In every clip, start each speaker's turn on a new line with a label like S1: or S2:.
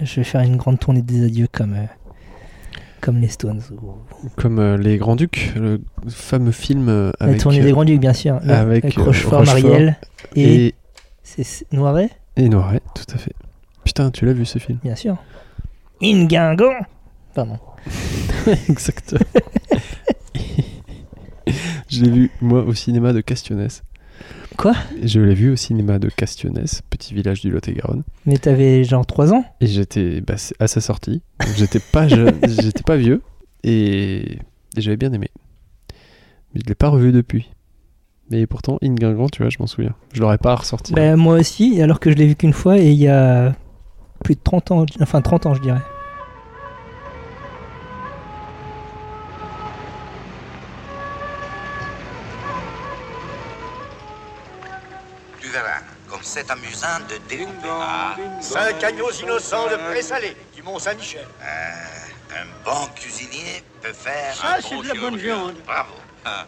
S1: je vais faire une grande tournée des adieux comme, euh, comme les Stones. ou-
S2: Comme euh, Les Grands Ducs, le fameux film euh,
S1: La
S2: avec,
S1: tournée
S2: euh,
S1: des Grands Ducs, bien sûr. euh,
S2: avec, euh,
S1: Rochefort,
S2: Rochefort
S1: Marielle et,
S2: et,
S1: c'est- c'est Noiret,
S2: et Noiret, tout à fait. Putain, tu l'as vu ce film
S1: bien sûr. In Guingamp Pardon.
S2: Exactement. je l'ai vu, moi, au cinéma de Castionès.
S1: Quoi
S2: Je l'ai vu au cinéma de Castionès, petit village du Lot-et-Garonne.
S1: Mais t'avais genre 3 ans
S2: Et j'étais bah, c'est à sa sortie. Donc, J'étais pas jeune, j'étais pas vieux. Et, et j'avais bien aimé. Mais je l'ai pas revu depuis. Mais pourtant, In Guingamp, tu vois, je m'en souviens. Je l'aurais pas ressorti.
S1: Ben, Moi aussi, alors que je l'ai vu qu'une fois et il y a plus de 30 ans, enfin 30 ans je dirais.
S3: Duverin, comme c'est amusant de découper. Ah,
S4: Cinq agneaux innocents de présalé du Mont-Saint-Michel.
S3: un bon cuisinier peut faire
S4: Ça,
S3: un
S4: c'est
S3: bon
S4: de la bonne
S3: chirurgien.
S4: viande.
S3: Bravo. Ah.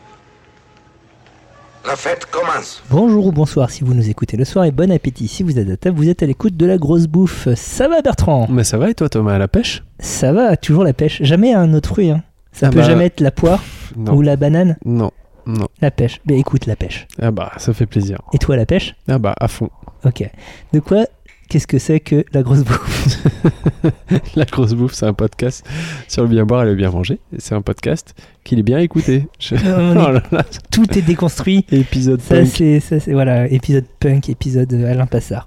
S3: La fête commence.
S1: Bonjour ou bonsoir si vous nous écoutez le soir et bon appétit si vous êtes à table, vous êtes à l'écoute de la grosse bouffe. Ça va Bertrand
S2: Mais ça va et toi, Thomas, à la pêche
S1: Ça va, toujours la pêche. Jamais un autre fruit. Hein. Ça
S2: Ah
S1: peut
S2: bah,
S1: jamais être la poire
S2: Non.
S1: ou la banane.
S2: Non. Non.
S1: La pêche. Ben écoute, la pêche.
S2: Ah bah, ça fait plaisir.
S1: Et toi, la pêche
S2: Ah bah, à fond.
S1: Ok. De quoi Qu'est-ce que c'est que la grosse bouffe
S2: La grosse bouffe, c'est un podcast sur le bien boire et le bien manger. Et C'est un podcast qu'il est bien écouté. Je-
S1: On est-
S2: Oh là là,
S1: Tout est déconstruit.
S2: épisode
S1: Ça,
S2: punk.
S1: c'est. ça, c'est- Voilà, épisode punk, épisode euh, Alain Passard.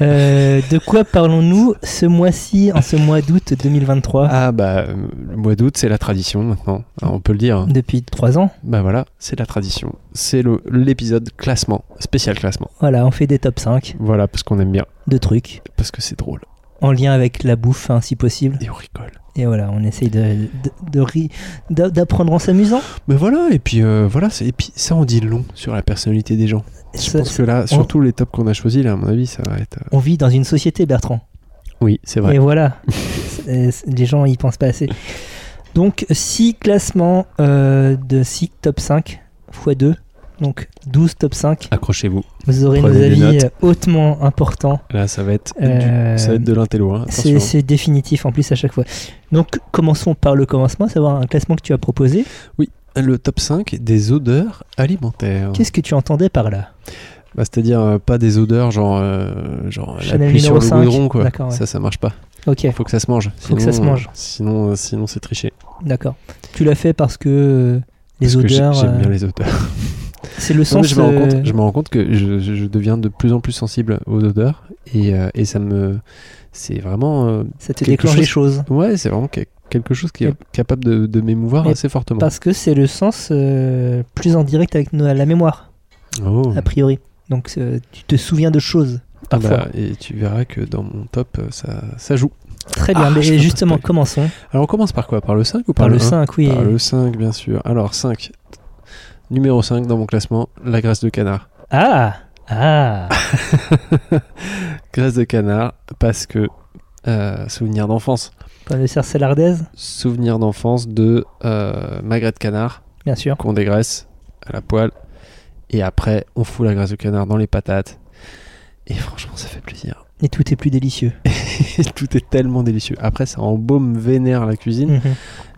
S1: Euh, de quoi parlons-nous ce mois-ci, en ce mois d'août 2023
S2: Ah bah, euh, le mois d'août, c'est la tradition maintenant. Ah, on peut le dire.
S1: Depuis trois ans
S2: Bah voilà, c'est la tradition. C'est le- l'épisode classement, spécial classement.
S1: Voilà, on fait des top 5
S2: Voilà, parce qu'on aime bien,
S1: de trucs
S2: parce que c'est drôle.
S1: en lien avec la bouffe, hein, si possible.
S2: Et on rigole.
S1: Et voilà, on essaye de, de, de ri- d'a- d'apprendre en s'amusant.
S2: Mais voilà, et puis euh, voilà, c'est- et puis ça en dit long sur la personnalité des gens. Je
S1: Ça-
S2: pense que là, surtout les tops qu'on a choisis, là, à mon avis, ça va être... euh,
S1: on vit dans une société, Bertrand.
S2: Oui, c'est vrai.
S1: Et voilà, C'est- c'est- les gens y pensent pas assez. Donc 6 classements euh, de 6 top 5 x 2, donc 12 top 5.
S2: Accrochez-vous.
S1: Vous aurez
S2: Prenez
S1: nos
S2: des
S1: avis
S2: notes.
S1: euh, hautement importants.
S2: Là, ça va être, du-
S1: Euh,
S2: ça va être de l'intello. hein,
S1: C'est
S2: attention.
S1: c'est définitif en plus à chaque fois. Donc commençons par le commencement, savoir un classement que tu as proposé.
S2: Le top 5 des odeurs alimentaires.
S1: Qu'est-ce que tu entendais par là
S2: Bah, C'est-à-dire euh, pas des odeurs genre, euh, genre la
S1: Chanel
S2: pluie sur
S1: numéro
S2: le
S1: 5.
S2: goudron. Quoi.
S1: D'accord, ouais.
S2: Ça, ça marche pas.
S1: Ok,
S2: Faut que ça se mange.
S1: Faut que ça se mange.
S2: euh, Sinon, euh, sinon c'est triché.
S1: d'accord. Tu l'as fait parce que euh, les
S2: Parce que j'ai-
S1: odeurs,
S2: J'aime bien
S1: euh,
S2: les odeurs.
S1: c'est le
S2: Non, mais
S1: sens.
S2: je, me rends
S1: euh,
S2: compte, je me rends compte que je, je- je deviens de plus en plus sensible aux odeurs. Et, euh, et ça me. C'est vraiment. euh,
S1: ça te
S2: quelque
S1: déclenche
S2: chose-
S1: les choses.
S2: ouais, c'est vraiment que- quelque chose qui est
S1: Mais-
S2: capable de, de m'émouvoir
S1: mais
S2: assez fortement.
S1: Parce que c'est le sens euh, plus en direct avec no- la mémoire,
S2: Oh.
S1: a priori. Donc euh, tu te souviens de choses
S2: Ah
S1: parfois.
S2: bah, et tu verras que dans mon top, euh, ça, ça joue.
S1: Très bien,
S2: Ah, je peux
S1: mais
S2: pas
S1: justement,
S2: spoiler.
S1: commençons
S2: Alors on commence par quoi Par le 5 ou par,
S1: par le
S2: un
S1: 5, oui.
S2: Par le 5, bien sûr. Alors 5. Numéro 5 dans mon classement, la graisse de canard.
S1: Ah Ah
S2: Graisse de canard parce que euh, souvenir d'enfance.
S1: Pommes de serre salardaise,
S2: Souvenir d'enfance de euh, magret de canard
S1: bien sûr.
S2: qu'on dégraisse à la poêle. Et après, on fout la graisse de canard dans les patates. Et franchement, ça fait plaisir.
S1: Et tout est plus délicieux.
S2: Tout est tellement délicieux. Après, ça embaume vénère la cuisine.
S1: Mhm.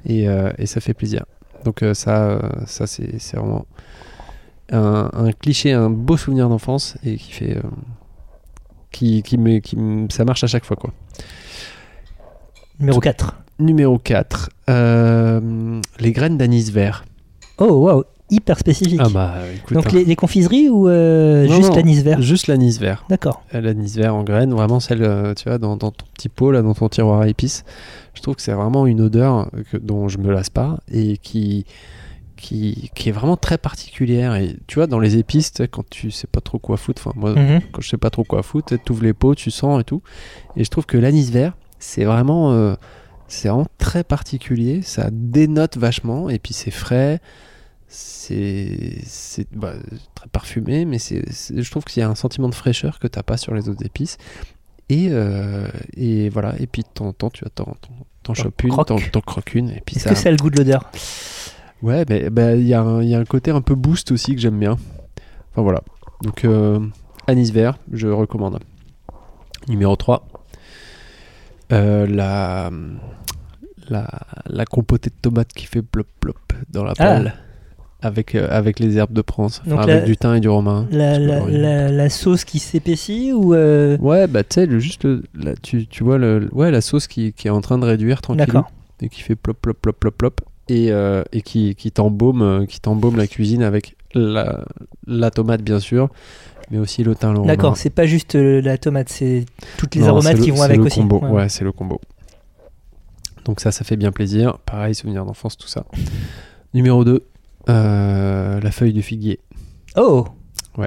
S2: et, euh, et ça fait plaisir. Donc euh, ça, euh, ça c'est c'est vraiment un, un cliché, un beau souvenir d'enfance et qui fait, euh, qui, qui me, qui me- ça marche à chaque fois quoi.
S1: Numéro 4.
S2: Numéro 4, les graines d'anis vert.
S1: Oh, waouh Hyper spécifique.
S2: Ah bah euh, écoute,
S1: Donc
S2: hein,
S1: les, les confiseries ou euh,
S2: Non,
S1: juste
S2: non.
S1: l'anis vert
S2: juste l'anis vert.
S1: D'accord.
S2: Euh, L'anis vert en graines, vraiment celle, euh, tu vois, dans, dans ton petit pot, là, dans ton tiroir à épices. Je trouve que c'est vraiment une odeur euh, que, dont je me lasse pas et qui, qui, qui est vraiment très particulière. Et tu vois, dans les épices, tu sais, quand tu sais pas trop quoi foutre, enfin, moi,
S1: Mhm.
S2: quand je sais pas trop quoi foutre, tu ouvres les pots, tu sens et tout. Et je trouve que l'anis vert, c'est vraiment, euh, c'est vraiment très particulier. Ça dénote vachement et puis c'est frais. C'est c'est, bah, très parfumé, mais c'est c'est- je trouve qu'il y a un sentiment de fraîcheur que t'as pas sur les autres épices. Et, euh, et voilà, et puis de temps en temps, tu vas t'en- t'en- t'en chopes une,
S1: croques.
S2: t'en t'en croques une, et puis
S1: Est-ce
S2: ça.
S1: que ça a le goût de l'odeur
S2: Ouais, mais bah, il y, a un- il y a un côté un peu boost aussi que j'aime bien. Enfin voilà. Donc, euh, anis vert, je recommande. Numéro 3. euh, la, la, la compotée de tomates qui fait plop plop dans la poêle. Avec, euh, avec les herbes de Provence, Enfin,
S1: Ah. Donc
S2: avec
S1: la-
S2: du thym et du romarin.
S1: La,
S2: Hein, C'est pas
S1: la-
S2: horrible.
S1: la- la sauce qui s'épaissit ou euh,
S2: Ouais, bah tu sais, le- juste le- la- tu, tu vois le, ouais, la sauce qui, qui est en train de réduire tranquillement.
S1: D'accord.
S2: et qui fait plop plop plop plop plop et, euh, et qui, qui t'embaume euh, qui t'embaume la cuisine avec la, la tomate bien sûr mais aussi le thym le romarin.
S1: D'accord, c'est pas juste euh, la tomate, c'est toutes les
S2: Non,
S1: aromates
S2: c'est le-
S1: qui vont
S2: c'est
S1: avec
S2: le
S1: aussi.
S2: combo.
S1: Ouais.
S2: ouais, c'est le combo donc ça ça fait bien plaisir pareil souvenir d'enfance tout ça numéro 2 la feuille du figuier
S1: Oh
S2: Ouais.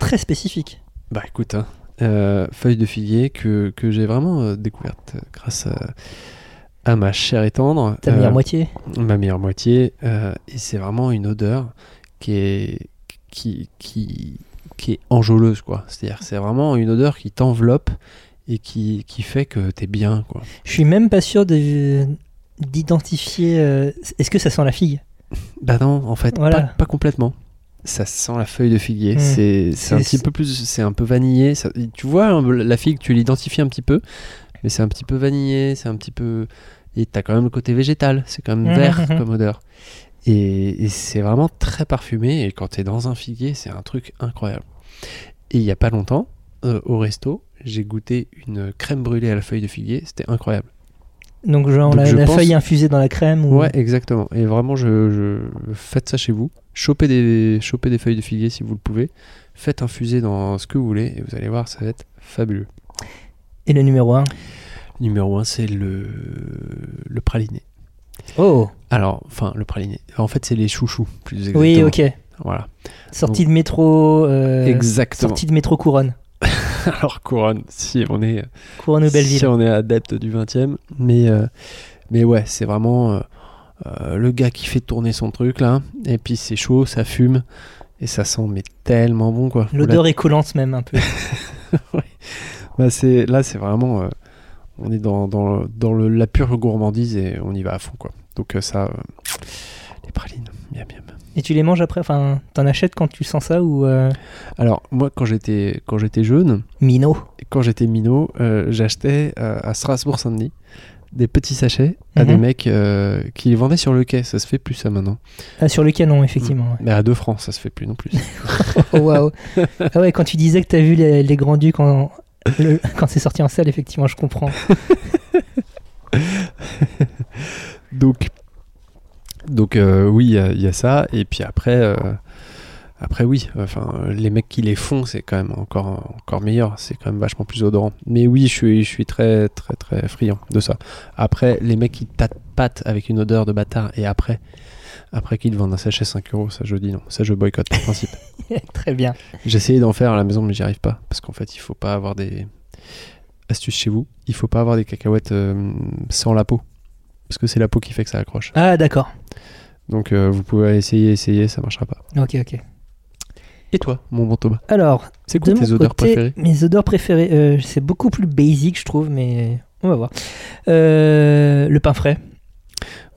S1: Très spécifique.
S2: bah écoute hein, euh, feuille de figuier que, que j'ai vraiment euh, découverte grâce à, à ma chère et tendre
S1: T'as mis à
S2: Euh,
S1: moitié
S2: ma meilleure moitié euh, et c'est vraiment une odeur qui est qui qui, qui est enjôleuse quoi c'est à dire c'est vraiment une odeur qui t'enveloppe et qui, qui fait que t'es bien quoi
S1: Je suis même pas sûr de- d'identifier. euh, Est-ce que ça sent la figue
S2: bah non en fait
S1: Voilà.
S2: pas, pas complètement ça sent la feuille de figuier
S1: Mm.
S2: c'est c'est un
S1: C'est-
S2: petit peu plus c'est un peu vanillé ça- tu vois hein, la figue tu l'identifies un petit peu mais c'est un petit peu vanillé c'est un petit peu et t'as quand même le côté végétal c'est quand même
S1: Mhm,
S2: vert
S1: mhm.
S2: comme odeur et, et c'est vraiment très parfumé et quand t'es dans un figuier c'est un truc incroyable et il y a pas longtemps euh, au resto j'ai goûté une crème brûlée à la feuille de figuier c'était incroyable
S1: Donc, genre
S2: Donc,
S1: la,
S2: je
S1: la
S2: pense-
S1: feuille infusée dans la crème ou...
S2: Ouais, exactement. Et vraiment, je, je- faites ça chez vous. Chopez des, chopez des feuilles de figuier si vous le pouvez. Faites infuser dans ce que vous voulez et vous allez voir, ça va être fabuleux.
S1: Et le numéro 1
S2: Numéro 1, c'est le, le praliné.
S1: Oh
S2: Alors, enfin, le praliné. En fait, c'est les chouchous, plus exactement.
S1: Oui, ok.
S2: Voilà.
S1: Sortie de métro. euh,
S2: exactement.
S1: Sortie de métro couronne.
S2: Alors, couronne, si on est.
S1: Couronne aux belles
S2: si on est adepte du 20 e mais, euh, mais ouais, c'est vraiment euh, euh, le gars qui fait tourner son truc là, et puis c'est chaud, ça fume, et ça sent mais tellement bon quoi.
S1: L'odeur est collante même un peu.
S2: Là, c'est, là, c'est vraiment. euh, on est dans, dans, dans le- la pure gourmandise et on y va à fond quoi. Donc euh, ça. euh, les pralines, miam miam.
S1: Et tu les manges après Enfin, t'en achètes quand tu sens ça ou... euh,
S2: Alors, moi, quand j'étais, quand j'étais jeune,
S1: Minot
S2: Et quand j'étais minot, euh, j'achetais euh, à Strasbourg-Saint-Denis des petits sachets à
S1: Mhm.
S2: des mecs euh, qui les vendaient sur le quai. Ça se fait plus ça maintenant.
S1: Ah, Sur le canon, effectivement. ouais.
S2: Mais à 2 francs, ça se fait plus non plus.
S1: Oh, waouh. Ah ouais, quand tu disais que t'as vu les, les Grands Ducs en- le- quand c'est sorti en salle, effectivement, je comprends.
S2: donc, donc euh, oui, il y a- il y, a ça. Et puis après, euh, après oui, enfin, euh, les mecs qui les font, c'est quand même encore, encore meilleur. C'est quand même vachement plus odorant. Mais oui, je suis, je suis très, très, très friand de ça. Après, les mecs qui tâtent pâte avec une odeur de bâtard et après, après qu'ils te vendent un sachet 5 euros, ça je dis non. Ça je boycotte par principe.
S1: Très bien.
S2: J'ai essayé d'en faire à la maison, mais j'y arrive pas. Parce qu'en fait, il faut pas avoir des astuces chez vous. Il faut pas avoir des cacahuètes euh, sans la peau. Parce que c'est la peau qui fait que ça accroche.
S1: Ah, d'accord.
S2: Donc euh, vous pouvez essayer, essayer, ça marchera pas.
S1: Ok, ok.
S2: Et toi, mon bon Thomas
S1: Alors,
S2: C'est quoi
S1: de
S2: tes
S1: mon
S2: odeurs
S1: côté,
S2: préférées
S1: Mes odeurs préférées, euh, c'est beaucoup plus basic, je trouve, mais on va voir. Euh, le pain frais.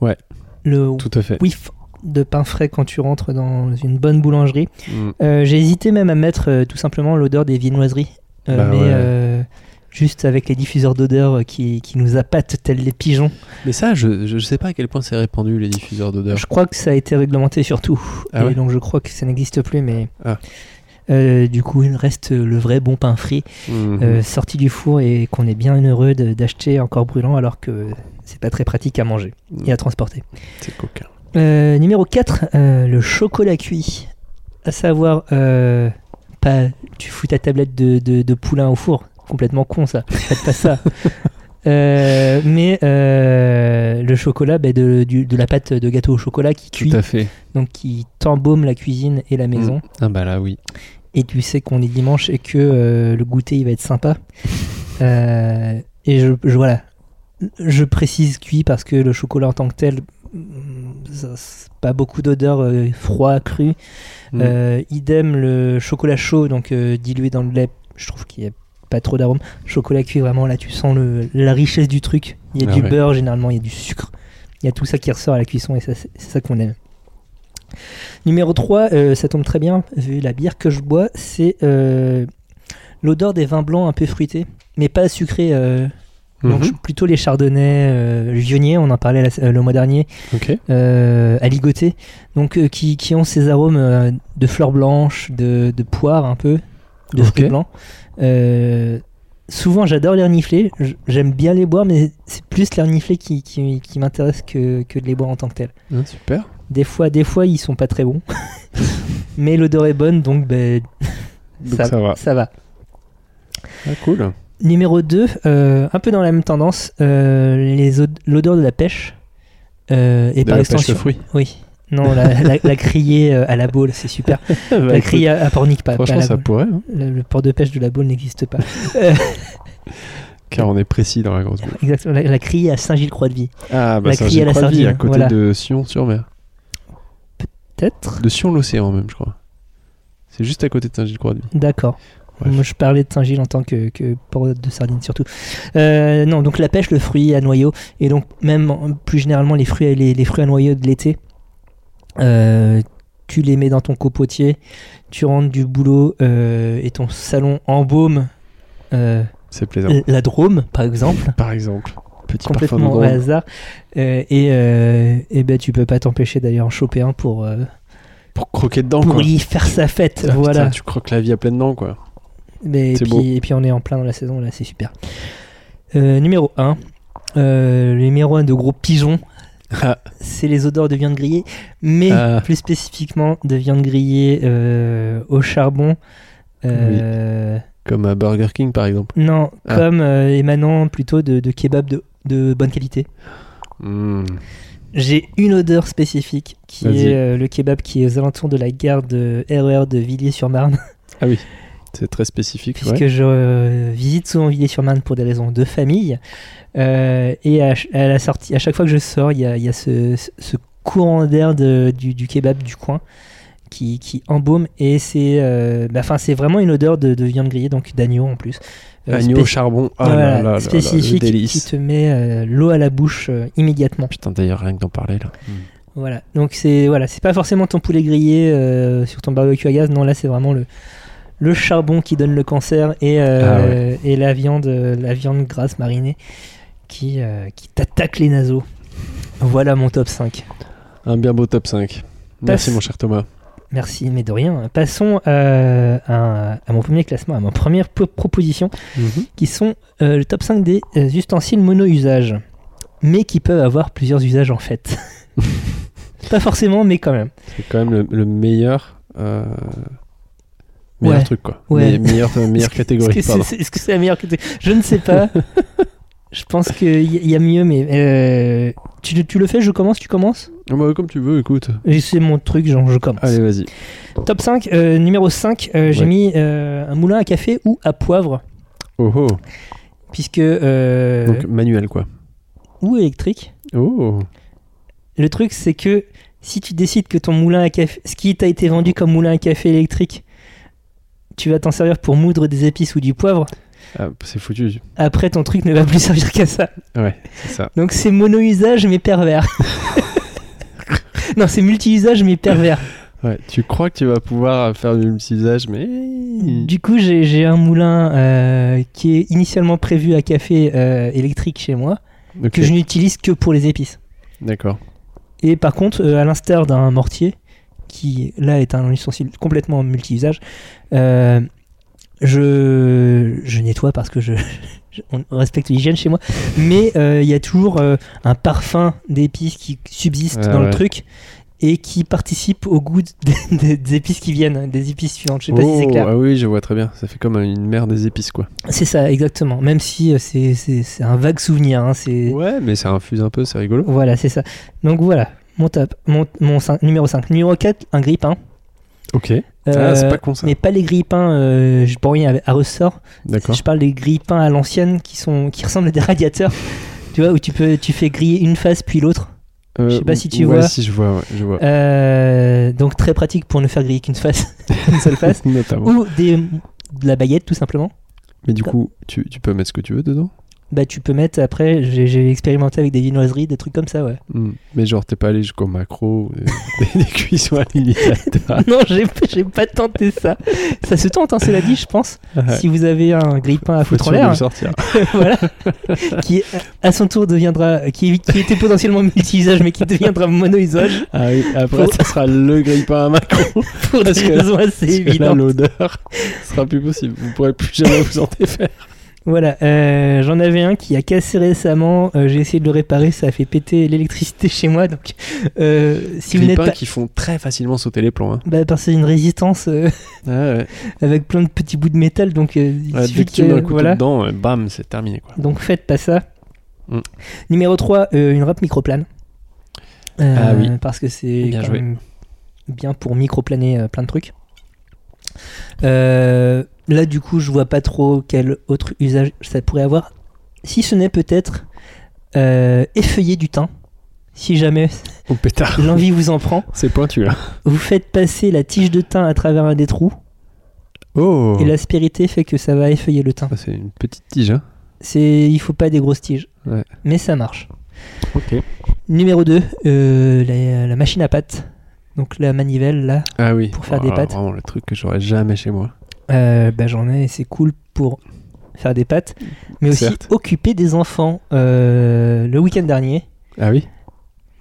S2: Ouais.
S1: Le
S2: Tout à fait.
S1: whiff de pain frais quand tu rentres dans une bonne boulangerie.
S2: Mm.
S1: Euh, J'ai hésité même à mettre euh, tout simplement l'odeur des viennoiseries. Euh,
S2: Bah
S1: mais
S2: ouais.
S1: euh, juste avec les diffuseurs d'odeur euh, qui, qui nous appâtent tels les pigeons.
S2: Mais ça, je, je sais pas à quel point c'est répandu les diffuseurs d'odeurs.
S1: Je crois que ça a été réglementé surtout.
S2: Ah
S1: et
S2: ouais
S1: donc je crois que ça n'existe plus, mais.
S2: Ah.
S1: Euh, du coup, il reste le vrai bon pain frit
S2: Mhm.
S1: euh, sorti du four et qu'on est bien heureux de- d'acheter encore brûlant alors que c'est pas très pratique à manger et à transporter.
S2: C'est coquin.
S1: Euh, numéro 4, le chocolat cuit. À savoir, euh, pas tu fous ta tablette de, de- de poulain au four. Complètement con ça. Faites pas ça. Euh, mais euh, le chocolat, bah, de, du- de la pâte de gâteau au chocolat qui cuit,
S2: Tout à fait.
S1: donc qui t'embaume la cuisine et la maison.
S2: Mm. Ah bah là, oui.
S1: Et tu sais qu'on est dimanche et que euh, le goûter il va être sympa. Euh, et je, je- voilà, je précise cuit parce que le chocolat en tant que tel, mm, ça- c'est pas beaucoup d'odeur euh, froid cru.
S2: Mm.
S1: Euh, idem le chocolat chaud donc euh, dilué dans le lait, je trouve qu'il y a pas trop d'arôme. Chocolat cuit vraiment là tu sens le, la richesse du truc. Il y a
S2: Ah
S1: du
S2: ouais.
S1: beurre généralement, il y a du sucre. Il y a tout ça qui ressort à la cuisson et ça, c'est c'est ça qu'on aime. Numéro 3, ça tombe très bien vu la bière que je bois, c'est euh, l'odeur des vins blancs un peu fruités, mais pas sucrés. euh, Donc
S2: Mhm.
S1: je- plutôt les chardonnays, euh, Vionnier, on en parlait la- euh, le mois dernier,
S2: Ok.
S1: euh, aligotés, donc euh, qui, qui ont ces arômes euh, de fleurs blanches, de, de poire un peu, de fruits
S2: Ok.
S1: blancs. Euh, souvent, j'adore les renifler. J- J'aime bien les boire, mais c'est plus les renifler qui, qui, qui m'intéresse que, que de les boire en tant que tel.
S2: Ah, super.
S1: Des fois, des fois, ils sont pas très bons, mais l'odeur est bonne, donc ben,
S2: Donc
S1: ça,
S2: ça, va.
S1: ça va.
S2: Ah, cool.
S1: Numéro 2, un peu dans la même tendance, euh, les od- l'odeur de la pêche. euh, et
S2: De
S1: par
S2: la pêche
S1: extension.
S2: aux fruits.
S1: Oui. Non, la, la, la criée euh, à la boule, c'est super.
S2: Bah,
S1: La
S2: écoute,
S1: criée à, à Pornic, pas, pas à
S2: franchement,
S1: la
S2: ça
S1: boule.
S2: pourrait, hein,
S1: Le, le port de pêche de la boule n'existe pas.
S2: car on est précis dans la grosse boule.
S1: Exactement. La, la criée à Saint-Gilles-Croix-de-Vie.
S2: Ah, bah
S1: La
S2: c'est un
S1: criée à la
S2: Gilles Croix de Vie, à
S1: sardine,
S2: côté
S1: voilà.
S2: de Sion-sur-Mer.
S1: Peut-être.
S2: De Sion-l'Océan, même, je crois. C'est juste à côté de Saint-Gilles-Croix-de-Vie.
S1: D'accord.
S2: Bref.
S1: Moi, je parlais de Saint-Gilles en tant que, que port de sardine surtout. Euh, non, donc la pêche, le fruit à noyau, et donc même en- plus généralement les fruits, les, les fruits à noyau de l'été. Euh, tu les mets dans ton copotier, tu rentres du boulot euh, et ton salon embaume euh,
S2: C'est plaisant.
S1: la Drôme, par exemple.
S2: Par exemple. Petit parfum de
S1: complètement au
S2: drôle.
S1: hasard. Euh, et, euh, et ben tu peux pas t'empêcher d'aller en choper un pour, euh,
S2: Pour croquer dedans,
S1: pour
S2: quoi.
S1: y faire sa fête.
S2: Ah,
S1: voilà.
S2: putain, tu croques la vie à plein dents, quoi.
S1: Mais, et,
S2: C'est beau.
S1: puis, et puis on est en plein dans la saison, là c'est super. Euh, numéro 1. le numéro 1 de gros pigeon,
S2: Ah,
S1: c'est les odeurs de viande grillée, mais
S2: Ah.
S1: plus spécifiquement de viande grillée euh, au charbon. Euh,
S2: comme à Burger King, par exemple.
S1: Non,
S2: Ah.
S1: comme euh, émanant plutôt de, de kebab de, de bonne qualité.
S2: Hmm.
S1: J'ai une odeur spécifique qui
S2: Vas-y.
S1: est euh, le kebab qui est aux alentours de la gare de RER de Villiers-sur-Marne,
S2: Ah oui, c'est très spécifique.
S1: puisque
S2: ouais.
S1: je euh, visite souvent Villiers-sur-Marne pour des raisons de famille. Euh, et à, ch- à la sortie, à chaque fois que je sors, il y a, il y a ce, ce- ce courant d'air de- du, du kebab du coin qui, qui embaume et c'est euh, bah, enfin, c'est vraiment une odeur de, de viande grillée, donc d'agneau en plus. Euh,
S2: Agneau au
S1: spéc-
S2: charbon. Ah
S1: voilà,
S2: là là là là, le
S1: spécifique qui
S2: délice.
S1: te met euh, l'eau à la bouche euh, immédiatement.
S2: Putain, d'ailleurs, rien que d'en parler, là.
S1: Voilà, donc c'est voilà, c'est pas forcément ton poulet grillé euh, sur ton barbecue à gaz, non là c'est vraiment le, le charbon qui donne le cancer et, euh, et la viande euh, la viande grasse marinée qui, euh, qui t'attaque les naseaux. Voilà mon top 5.
S2: Un bien beau top 5. Merci,
S1: Passe.
S2: mon cher Thomas.
S1: Merci, mais de rien. Passons euh, à, à mon premier classement, à ma première po- proposition,
S2: Mhm.
S1: qui sont euh, le top 5 des euh, ustensiles mono-usage, mais qui peuvent avoir plusieurs usages en fait. pas forcément, mais quand même.
S2: C'est quand même le, le meilleur. euh, Meilleur
S1: Ouais.
S2: truc quoi.
S1: Ouais.
S2: Mais- meilleure, euh, meilleure catégorie.
S1: Est-ce que
S2: pardon.
S1: c'est- Est-ce que c'est la meilleure catégorie Je ne sais pas. je pense qu'il y, y a mieux, mais euh, tu, le- tu le fais, je commence, tu commences
S2: Ah bah, comme tu veux, écoute.
S1: Et C'est mon truc, genre je commence.
S2: Allez, vas-y.
S1: Top 5, euh, numéro 5, euh, j'ai
S2: Ouais.
S1: mis euh, un moulin à café ou à poivre,
S2: Oh oh.
S1: puisque... euh,
S2: Donc manuel quoi.
S1: ou électrique.
S2: Oh.
S1: Le truc, c'est que si tu décides que ton moulin à café, ce qui t'a été vendu comme moulin à café électrique, tu vas t'en servir pour moudre des épices ou du poivre,
S2: Ah, c'est foutu.
S1: après ton truc ne va plus servir qu'à ça.
S2: Ouais, c'est ça.
S1: Donc c'est mono-usage mais pervers. non, c'est multi-usage mais pervers.
S2: Ouais. Tu crois que tu vas pouvoir faire du multisage, mais. Hmm.
S1: Du coup, j'ai j'ai un moulin euh, qui est initialement prévu à café euh, électrique chez moi,
S2: Ok,
S1: que je n'utilise que pour les épices.
S2: D'accord.
S1: Et par contre, euh, à l'instar d'un mortier, qui là est un ustensile complètement multi-usage, euh, je, je nettoie parce que je, je- on respecte l'hygiène chez moi, mais euh, il y a toujours euh, un parfum d'épices qui subsiste
S2: Ah
S1: dans
S2: ouais.
S1: le truc et qui participe au goût des, des- des épices qui viennent, des épices suivantes. Je sais pas si c'est
S2: Oh,
S1: clair.
S2: Ah oui, je vois très bien. Ça fait comme une mer des épices quoi.
S1: C'est ça, exactement. Même si euh, c'est- c'est c'est un vague souvenir. hein, c'est
S2: Ouais, mais ça infuse un peu, c'est rigolo.
S1: Voilà, c'est ça. Donc voilà, mon top, mon, mon cinq- numéro 5. Numéro 4, un grippin.
S2: Ok.
S1: Euh,
S2: ah, c'est pas con ça.
S1: Mais pas les grippins, euh, je pour rien à, à ressort.
S2: D'accord.
S1: Je parle des grippins à l'ancienne qui sont qui ressemblent à des radiateurs. tu vois où tu peux tu fais griller une face puis l'autre.
S2: Euh,
S1: sais pas si tu
S2: ouais,
S1: vois.
S2: si je vois, ouais, je vois.
S1: Euh, donc très pratique pour ne faire griller qu'une face, une seule face.
S2: Notamment.
S1: Ou des de la baguette tout simplement.
S2: Mais du coup, tu, tu peux mettre ce que tu veux dedans
S1: bah tu peux mettre après, j'ai j'ai expérimenté avec des viennoiseries, des trucs comme ça, ouais.
S2: Hmm. Mais genre, t'es pas allé jusqu'au macro, euh, des, des cuissons à l'imitateur.
S1: non, j'ai j'ai pas tenté ça. Ça se tente, hein, cela dit, je pense. Si vous avez un grille-pain à
S2: Faut
S1: foutre en
S2: toujours nous
S1: l'air, hein.
S2: le sortir.
S1: voilà, qui à son tour deviendra, qui, qui était potentiellement multi-usage mais qui deviendra mono-usage
S2: Ah oui, après,
S1: Faut-
S2: ça sera le grille-pain à macro.
S1: pour des
S2: Parce que-
S1: raisons assez
S2: Parce que là,
S1: évidentes.
S2: l'odeur sera plus possible. Vous pourrez plus jamais vous en défaire.
S1: Voilà, euh, j'en avais un qui a cassé récemment. euh, J'ai essayé de le réparer, ça a fait péter l'électricité chez moi. Donc, euh, si vous n'êtes pas,
S2: Grille-pain qui font très facilement sauter les plans. hein.
S1: bah, parce que c'est une résistance euh,
S2: Ah ouais.
S1: avec plein de petits bouts de métal, donc euh, il
S2: Ouais,
S1: suffit
S2: dès que tu mets
S1: que-
S2: un couteau
S1: voilà.
S2: dedans, euh, bam, c'est terminé. Quoi.
S1: Donc faites pas ça.
S2: Mm.
S1: Numéro 3, une râpe microplane. Euh,
S2: Ah oui.
S1: Parce que c'est
S2: Bien
S1: quand
S2: joué.
S1: même bien pour microplaner euh, plein de trucs. Euh, là, du coup, je vois pas trop quel autre usage ça pourrait avoir. Si ce n'est peut-être euh, effeuiller du thym. Si jamais
S2: Oh pétard,
S1: l'envie vous en prend,
S2: c'est pointu là.
S1: vous faites passer la tige de thym à travers un des trous
S2: Oh
S1: et l'aspérité fait que ça va effeuiller le thym.
S2: Ah, C'est une petite tige. Hein.
S1: C'est, il faut pas des grosses tiges,
S2: Ouais.
S1: mais ça marche.
S2: Ok.
S1: Numéro 2, la, la machine à pâtes. Donc la manivelle, là,
S2: Ah oui.
S1: Pour faire des
S2: Ah,
S1: pâtes.
S2: Vraiment le truc que j'aurais jamais chez moi.
S1: euh, bah, j'en ai, c'est cool pour faire des pâtes, mais aussi
S2: Certes.
S1: occuper des enfants. Euh, le week-end dernier,
S2: Ah oui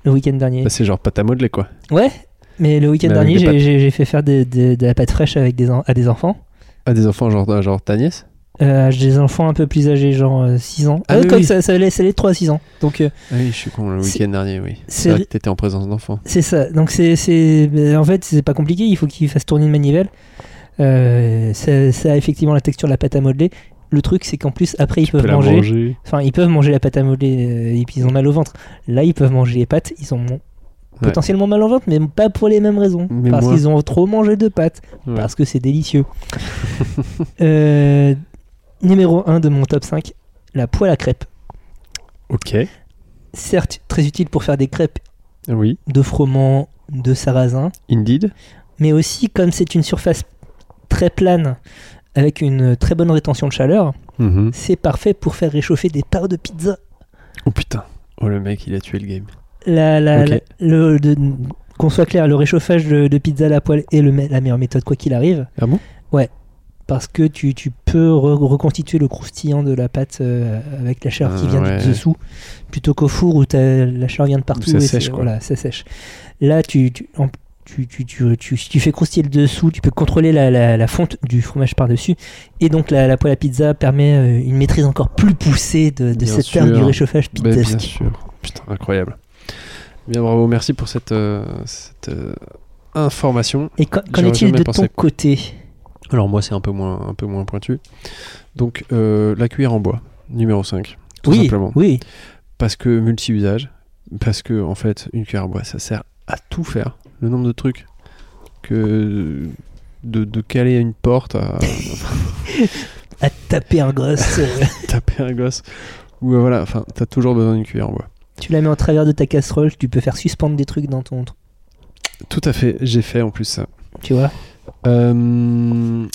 S1: le week-end dernier,
S2: Bah, C'est genre pâte à modeler quoi.
S1: ouais, mais le week-end
S2: Mais avec
S1: dernier,
S2: des
S1: j'ai-
S2: pâtes.
S1: j'ai j'ai fait faire des- des- de la pâte fraîche avec des en- à des enfants,
S2: Ah, des enfants genre, ah, genre ta nièce
S1: Euh, j'ai des enfants un peu plus âgés, genre 6 ans.
S2: Ah
S1: Euh,
S2: oui,
S1: quoi
S2: oui.
S1: que ça, ça, les, ça les 3 à 6 ans. Donc euh,
S2: Ah oui, je suis con, le
S1: C'est-
S2: week-end dernier, oui.
S1: c'est-
S2: C'est vrai que t'étais en présence d'enfants.
S1: C'est ça. Donc c'est, c'est, ben, en fait, c'est pas compliqué. Il faut qu'il fasse tourner une manivelle. Euh, ça, ça a effectivement la texture de la pâte à modeler. Le truc, c'est qu'en plus, après, ils
S2: Tu peux
S1: peuvent
S2: la
S1: manger.
S2: manger.
S1: Enfin, ils peuvent manger la pâte à modeler euh, et puis ils ont mal au ventre. Là, ils peuvent manger les pâtes. Ils ont potentiellement mal au ventre, mais pas pour les mêmes raisons.
S2: Mais
S1: parce
S2: moi.
S1: qu'ils ont trop mangé de pâtes.
S2: Ouais.
S1: Parce que c'est délicieux. Euh, numéro 1 de mon top 5, la poêle à crêpes.
S2: Ok.
S1: Certes, très utile pour faire des crêpes
S2: Oui.
S1: de froment, de sarrasin.
S2: Indeed.
S1: mais aussi comme c'est une surface très plane avec une très bonne rétention de chaleur,
S2: Mhm.
S1: c'est parfait pour faire réchauffer des parts de pizza.
S2: Oh putain. Oh le mec, il a tué le game.
S1: La- la-
S2: Ok.
S1: la- le- de- qu'on soit clair, le réchauffage de, de pizza à la poêle est le me- la meilleure méthode, quoi qu'il arrive,
S2: Ah bon
S1: parce que tu, tu peux re- reconstituer le croustillant de la pâte euh, avec la chair qui
S2: Ah,
S1: vient
S2: ouais.
S1: de dessous, plutôt qu'au four où t'as- la chair vient de partout.
S2: ça
S1: et
S2: sèche,
S1: c'est-
S2: quoi.
S1: Voilà, ça sèche. Là, tu, tu, en- tu, tu, tu, tu- si tu fais croustiller le dessous, tu peux contrôler la, la- la fonte du fromage par-dessus. Et donc, la, la poêle à pizza permet euh, une maîtrise encore plus poussée de, de
S2: Bien
S1: cette terme
S2: sûr.
S1: du réchauffage
S2: Bah, Bien
S1: pizzasque.
S2: sûr. Putain, incroyable. Bien, bravo, merci pour cette, euh, cette euh, information.
S1: Et qu'en qu'en
S2: J'aurais
S1: est-il
S2: jamais
S1: de
S2: pensé.
S1: ton côté
S2: Alors moi, c'est un peu moins, un peu moins pointu. Donc euh, la cuillère en bois, numéro 5. Tout
S1: Oui,
S2: simplement.
S1: oui.
S2: Parce que multi-usage, parce que en fait, une cuillère en bois, ça sert à tout faire. Le nombre de trucs que de, de caler à une porte, à
S1: À taper un gosse, euh,
S2: taper un gosse, ou euh, voilà, enfin, t'as toujours besoin d'une cuillère en bois.
S1: tu la mets en travers de ta casserole, tu peux faire suspendre des trucs dans ton.
S2: Tout à fait, j'ai fait en plus ça.
S1: Tu vois
S2: Euh,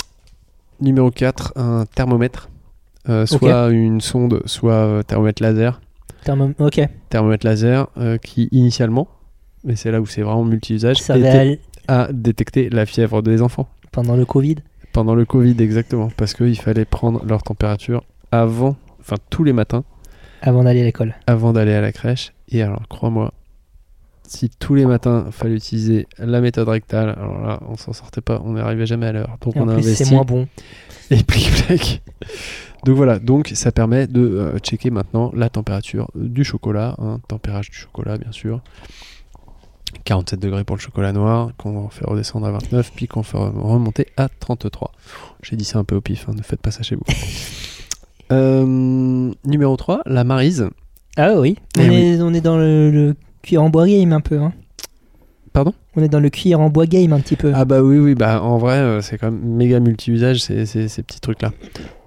S2: numéro 4, un thermomètre. Euh, soit une sonde, soit euh, thermomètre laser.
S1: Thermom- Ok.
S2: Thermomètre laser euh, qui, initialement, mais c'est là où c'est vraiment multi-usage,
S1: Servait
S2: était
S1: à-
S2: à détecter la fièvre des enfants.
S1: pendant le Covid.
S2: Pendant le Covid, exactement. Parce qu'il fallait prendre leur température avant, enfin tous les matins,
S1: avant d'aller à l'école.
S2: avant d'aller à la crèche. Et alors, crois-moi, si tous les matins, fallait utiliser la méthode rectale, alors là, on s'en sortait pas, on n'arrivait jamais à l'heure. Donc
S1: Et
S2: on
S1: en
S2: a
S1: plus, c'est
S2: investi
S1: moins bon.
S2: et plic-plac. Donc voilà, donc ça permet de euh, checker maintenant la température du chocolat, hein, tempérage du chocolat bien sûr. 47 degrés pour le chocolat noir, qu'on fait redescendre à 29, puis qu'on fait remonter à 33. J'ai dit ça un peu au pif, hein, ne faites pas ça chez vous. Euh, numéro 3, la marise.
S1: Ah oui. On,
S2: Eh
S1: est,
S2: oui.
S1: on est dans le, le cuir en bois game un peu. hein.
S2: Pardon
S1: On est dans le cuir en bois game un petit peu.
S2: Ah bah oui, oui, bah en vrai, euh, c'est quand même méga multi-usage ces, ces- ces petits trucs-là.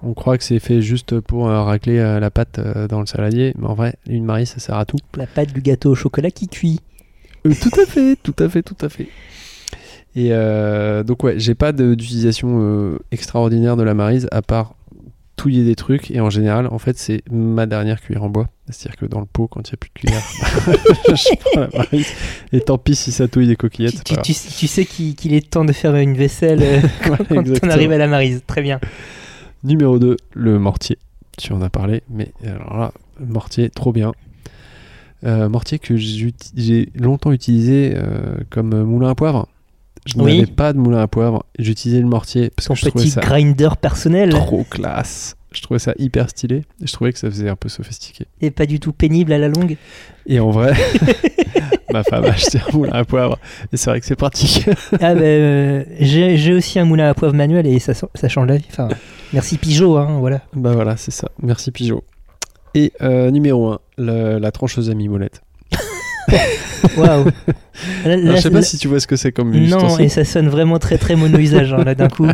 S2: On croit que c'est fait juste pour euh, racler euh, la pâte euh, dans le saladier, mais en vrai, une marise, ça sert à tout.
S1: La pâte du gâteau au chocolat qui cuit.
S2: Euh, tout à fait, tout à fait, tout à fait. Et euh, donc ouais, j'ai pas de- d'utilisation euh, extraordinaire de la marise à part touiller des trucs et en général en fait c'est ma dernière cuillère en bois c'est à dire que dans le pot quand il n'y a plus de cuillère je prends la Maryse. et tant pis si ça touille des coquillettes
S1: Tu,
S2: c'est
S1: tu-
S2: pas
S1: tu- tu sais qu'il qu'il est temps de faire une vaisselle euh,
S2: grave.
S1: quand on
S2: Exactement.
S1: arrive à la Marise. Très bien.
S2: numéro 2 le mortier tu en as parlé mais euh, alors là mortier trop bien Euh, mortier que j'uti- j'ai longtemps utilisé euh, comme moulin à poivre je
S1: Oui.
S2: n'avais pas de moulin à poivre j'utilisais le mortier parce
S1: Ton
S2: que je trouvais
S1: petit
S2: ça
S1: grinder personnel
S2: trop classe je trouvais ça hyper stylé et je trouvais que ça faisait un peu sophistiqué
S1: et pas du tout pénible à la longue.
S2: Et en vrai, ma femme a acheté un moulin à poivre. Et c'est vrai que c'est pratique.
S1: Ah ben, euh, j'ai j'ai aussi un moulin à poivre manuel et ça, ça change la vie. Enfin, merci Pigeot, hein, voilà.
S2: bah voilà, c'est ça. Merci Pigeot. Et euh, numéro 1, la trancheuse à mimolette.
S1: Waouh. Là-
S2: Alors,
S1: là-
S2: je sais pas
S1: là-
S2: si tu vois ce que c'est comme
S1: non,
S2: ustensile.
S1: et ça sonne vraiment très très mono-usage hein, là d'un coup.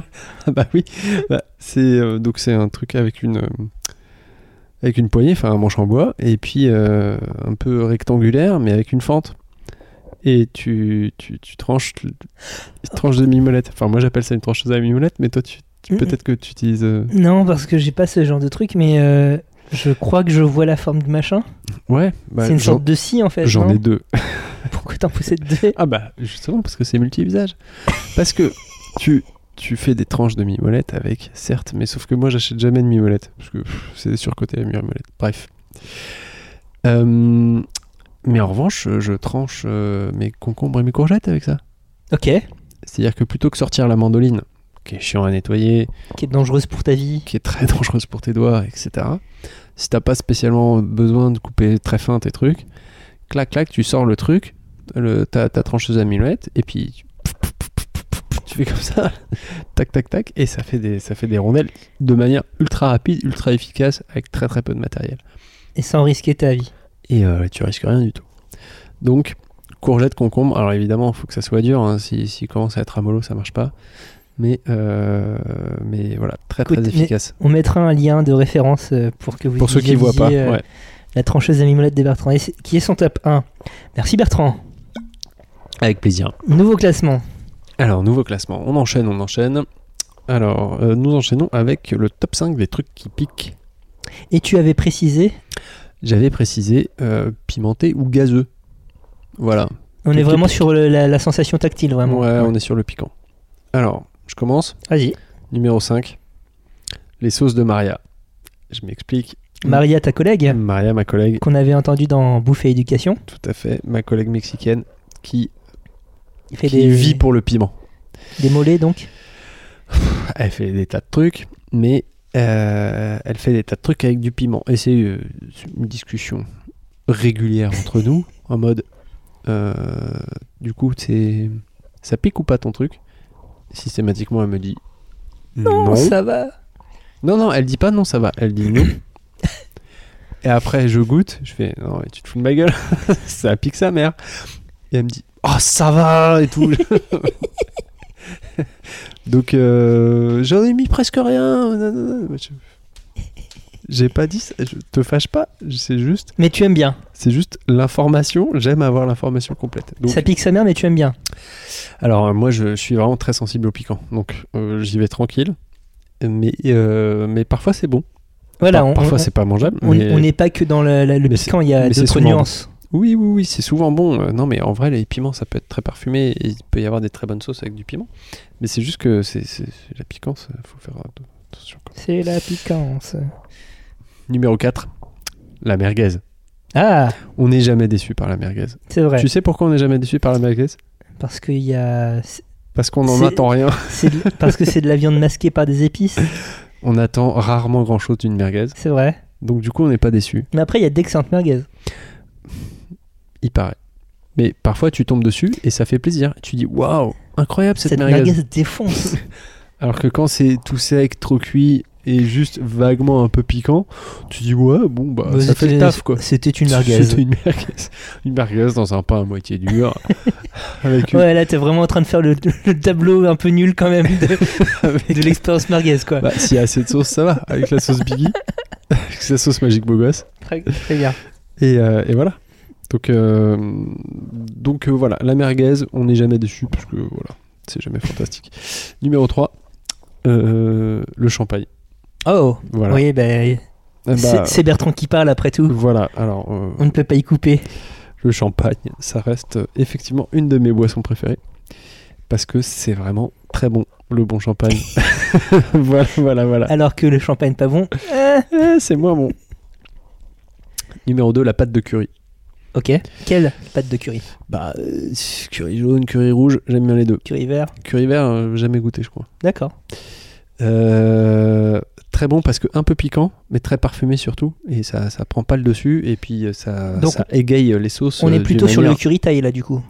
S2: Ah bah oui. Bah, c'est euh, donc c'est un truc avec une euh, avec une poignée, enfin un manche en bois, et puis euh, un peu rectangulaire, mais avec une fente. Et tu, tu, tu tranches, tu- tu tranches de mimolette. Enfin, moi j'appelle ça une trancheuse à mimolette, mais toi, tu, tu-
S1: Mm.
S2: peut-être que tu utilises. euh,
S1: Non, parce que j'ai pas ce genre de truc, mais euh, je crois que je vois la forme du machin.
S2: Ouais, bah,
S1: c'est une
S2: j'en-
S1: sorte de scie en fait.
S2: J'en
S1: non
S2: ai deux.
S1: Pourquoi t'en possèdes deux
S2: Ah bah justement parce que c'est multi-usage. Parce que tu, tu fais des tranches de mimolette avec, certes, mais sauf que moi j'achète jamais de mimolette. Parce que pff, c'est surcoté la mimolette. Bref. Euh, mais en revanche, je tranche euh, mes concombres et mes courgettes avec ça.
S1: Ok, qui
S2: C'est-à-dire que plutôt que sortir la mandoline, qui est chiant à nettoyer,
S1: est dangereuse pour ta vie.
S2: qui est très dangereuse pour tes doigts, etc. Si t'as pas spécialement besoin de couper très fin tes trucs, clac clac, tu sors le truc, le, ta, ta trancheuse à mimolette, et puis tu- tu fais comme ça, tac tac tac, et ça fait des, ça fait des rondelles de manière ultra rapide, ultra efficace, avec très très peu de matériel.
S1: Et sans risquer ta vie.
S2: Et euh, tu risques rien du tout. Donc, courgette, concombre, alors évidemment, il faut que ça soit dur, hein, si, si commence à être amolo, ça marche pas. Mais, euh, mais voilà, très très
S1: Écoute, mais-
S2: efficace.
S1: On mettra un lien de référence euh, pour que vous
S2: Pour ceux qui voient pas,
S1: visualisiez, euh,
S2: ouais.
S1: la trancheuse à mimolette des Bertrand, et c'est- qui est son top 1. Merci Bertrand.
S2: Avec plaisir.
S1: Nouveau classement.
S2: Alors, nouveau classement. On enchaîne, on enchaîne. Alors, euh, nous enchaînons avec le top 5 des trucs qui piquent.
S1: Et tu avais précisé,
S2: J'avais précisé euh, pimenté ou gazeux. Voilà.
S1: on
S2: Tout
S1: est
S2: est
S1: vraiment
S2: piqué.
S1: sur le- la, la sensation tactile, vraiment.
S2: ouais, on est sur le piquant. Alors, je commence.
S1: Vas-y.
S2: Numéro 5. Les sauces de Maria. Je m'explique.
S1: Maria, ta collègue,
S2: Maria, ma collègue,
S1: qu'on avait entendue dans Bouffe et Éducation,
S2: tout à fait, ma collègue mexicaine, qui,
S1: il fait
S2: qui
S1: des,
S2: vit pour le piment.
S1: des mollets donc.
S2: Elle fait des tas de trucs, mais euh, elle fait des tas de trucs avec du piment. Et c'est euh, une discussion régulière entre nous, en mode, euh, du coup, c'est ça pique ou pas ton truc Systématiquement, elle me dit non.
S1: Oh, ça va.
S2: Non, non, elle dit pas non, ça va. Elle dit non. et après, je goûte. Je fais non, mais tu te fous de ma gueule. ça pique sa mère. Et elle me dit oh, ça va et tout. Donc, euh, j'en ai mis presque rien. nanana. Je- J'ai pas dit ça. Je te fâche pas. C'est juste,
S1: Mais tu aimes bien.
S2: c'est juste l'information. J'aime avoir l'information complète. Donc,
S1: Ça pique sa mère, mais tu aimes bien.
S2: alors euh, moi je, je suis vraiment très sensible au piquant, donc euh, j'y vais tranquille. Mais, euh, mais parfois c'est bon.
S1: Voilà,
S2: Par-
S1: on-
S2: parfois
S1: on-
S2: c'est pas mangeable.
S1: on
S2: mais-
S1: on n'est pas que dans le, la- le
S2: Mais c'est-
S1: piquant, il y a
S2: mais c'est
S1: d'autres
S2: souvent-
S1: nuances.
S2: Oui, oui, oui, c'est souvent bon. Euh, non, mais en vrai, les piments, ça peut être très parfumé. Et il peut y avoir des très bonnes sauces avec du piment. Mais c'est juste que c'est c'est- c'est la piquance, il faut faire att- attention. quoi.
S1: C'est la piquance.
S2: Numéro 4, la merguez.
S1: Ah,
S2: On n'est jamais déçu par la merguez.
S1: c'est vrai.
S2: Tu sais pourquoi on n'est jamais déçu par la merguez
S1: Parce qu'il y a. c'est-
S2: Parce qu'on n'en
S1: C'est-
S2: attend rien.
S1: c'est de- Parce que c'est de la viande masquée par des épices,
S2: On attend rarement grand-chose d'une merguez.
S1: c'est vrai.
S2: Donc du coup, on n'est pas déçu,
S1: Mais après, il y a d'excellentes merguez.
S2: il paraît. Mais parfois, tu tombes dessus et ça fait plaisir. Tu dis, waouh, incroyable cette,
S1: Cette
S2: merguez.
S1: merguez défonce.
S2: Alors que quand c'est tout sec, trop cuit et juste vaguement un peu piquant, tu dis ouais, bon bah
S1: Bah,
S2: ça fait le
S1: c'était-
S2: taf quoi.
S1: C'était une merguez.
S2: C'était une merguez. Une merguez dans un pain à moitié dur. avec une-
S1: Ouais, là, t'es vraiment en train de faire le, le tableau un peu nul quand même de,
S2: avec-
S1: de l'expérience merguez, quoi.
S2: Bah, S'il y a assez de sauce, ça va. Avec la sauce Biggie, avec la sauce Magique Bogos.
S1: Très, très bien.
S2: Et, euh, et voilà. Donc, euh, donc euh, voilà, la merguez, on n'est jamais déçu parce que voilà, c'est jamais fantastique. Numéro 3, euh, le champagne.
S1: Oh
S2: Voilà.
S1: Oui, ben,
S2: Eh
S1: c'est-
S2: bah,
S1: c'est Bertrand qui parle après tout.
S2: Voilà, alors euh,
S1: On ne peut pas y couper.
S2: le champagne, ça reste euh, effectivement une de mes boissons préférées. Parce que c'est vraiment très bon, le bon champagne. voilà, voilà, voilà.
S1: Alors que le champagne pas bon.
S2: Eh, c'est moins bon. Numéro 2, la pâte de curry.
S1: Ok. Quelle pâte de curry
S2: Bah, euh, curry jaune, curry rouge, j'aime bien les deux.
S1: Curry vert
S2: Curry vert, euh, jamais goûté, je crois.
S1: D'accord.
S2: Euh, très bon parce que un peu piquant, mais très parfumé surtout. Et ça, ça prend pas le dessus. Et puis euh, ça,
S1: Donc,
S2: ça égaye les sauces.
S1: On
S2: euh,
S1: est
S2: d'une
S1: plutôt sur le
S2: manière-
S1: curry taille là du coup.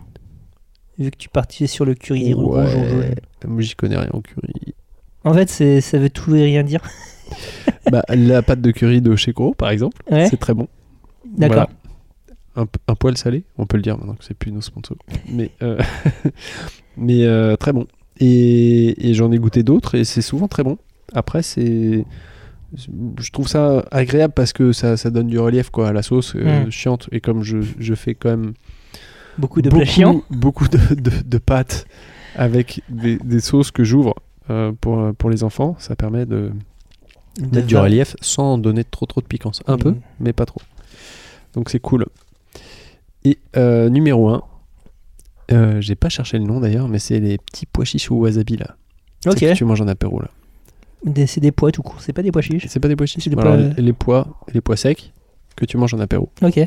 S1: Vu que tu partais sur le curry rouge
S2: Ouais.
S1: ou jaune.
S2: Moi, j'y connais rien au curry.
S1: En fait, c'est- ça veut tout et rien dire.
S2: bah, la pâte de curry de chez Gros, par exemple,
S1: Ouais,
S2: c'est très bon.
S1: d'accord.
S2: Voilà. Un, p- un poil salé, on peut le dire maintenant que c'est plus nos sponsors. Mais, euh, mais euh, très bon. Et, et j'en ai goûté d'autres et c'est souvent très bon. Après, c'est. Je trouve ça agréable parce que ça, ça donne du relief quoi, à la sauce euh,
S1: Mm.
S2: chiante. Et comme je, je fais quand même
S1: Beaucoup de plats chiants.
S2: beaucoup de, de- de pâtes avec des, des sauces que j'ouvre euh, pour, euh, pour les enfants, ça permet de mettre du
S1: va-
S2: relief sans donner trop trop de piquance. Un peu,
S1: Mm.
S2: mais pas trop. Donc c'est cool. Et euh, numéro 1, j'ai pas cherché le nom d'ailleurs, mais c'est les petits pois chiches au wasabi là. Tu
S1: Ok.
S2: sais que tu manges en apéro là.
S1: Des- C'est des pois tout court, c'est pas des pois chiches.
S2: C'est pas des pois chiches
S1: C'est des
S2: Alors,
S1: pois-
S2: les- Les pois, les pois secs que tu manges en apéro.
S1: Ok.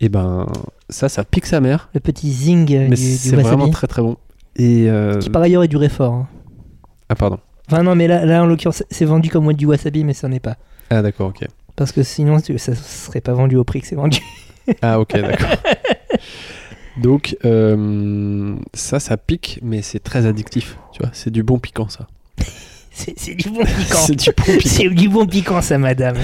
S2: Et ben ça, ça pique sa mère,
S1: Le petit zing euh,
S2: mais
S1: du, du
S2: c'est
S1: wasabi.
S2: vraiment très très bon. Et euh,
S1: Qui par ailleurs est duré fort. hein.
S2: ah pardon.
S1: Enfin non, mais là, là en l'occurrence, c'est vendu comme du wasabi, mais ça n'est pas.
S2: Ah d'accord, ok.
S1: Parce que sinon, tu- ça serait pas vendu au prix que c'est vendu.
S2: Ah ok, d'accord. Donc euh, ça, ça pique, mais c'est très addictif. Tu vois, c'est du bon piquant ça.
S1: C'est c'est du bon piquant.
S2: c'est du bon piquant.
S1: c'est du bon piquant, ça, madame.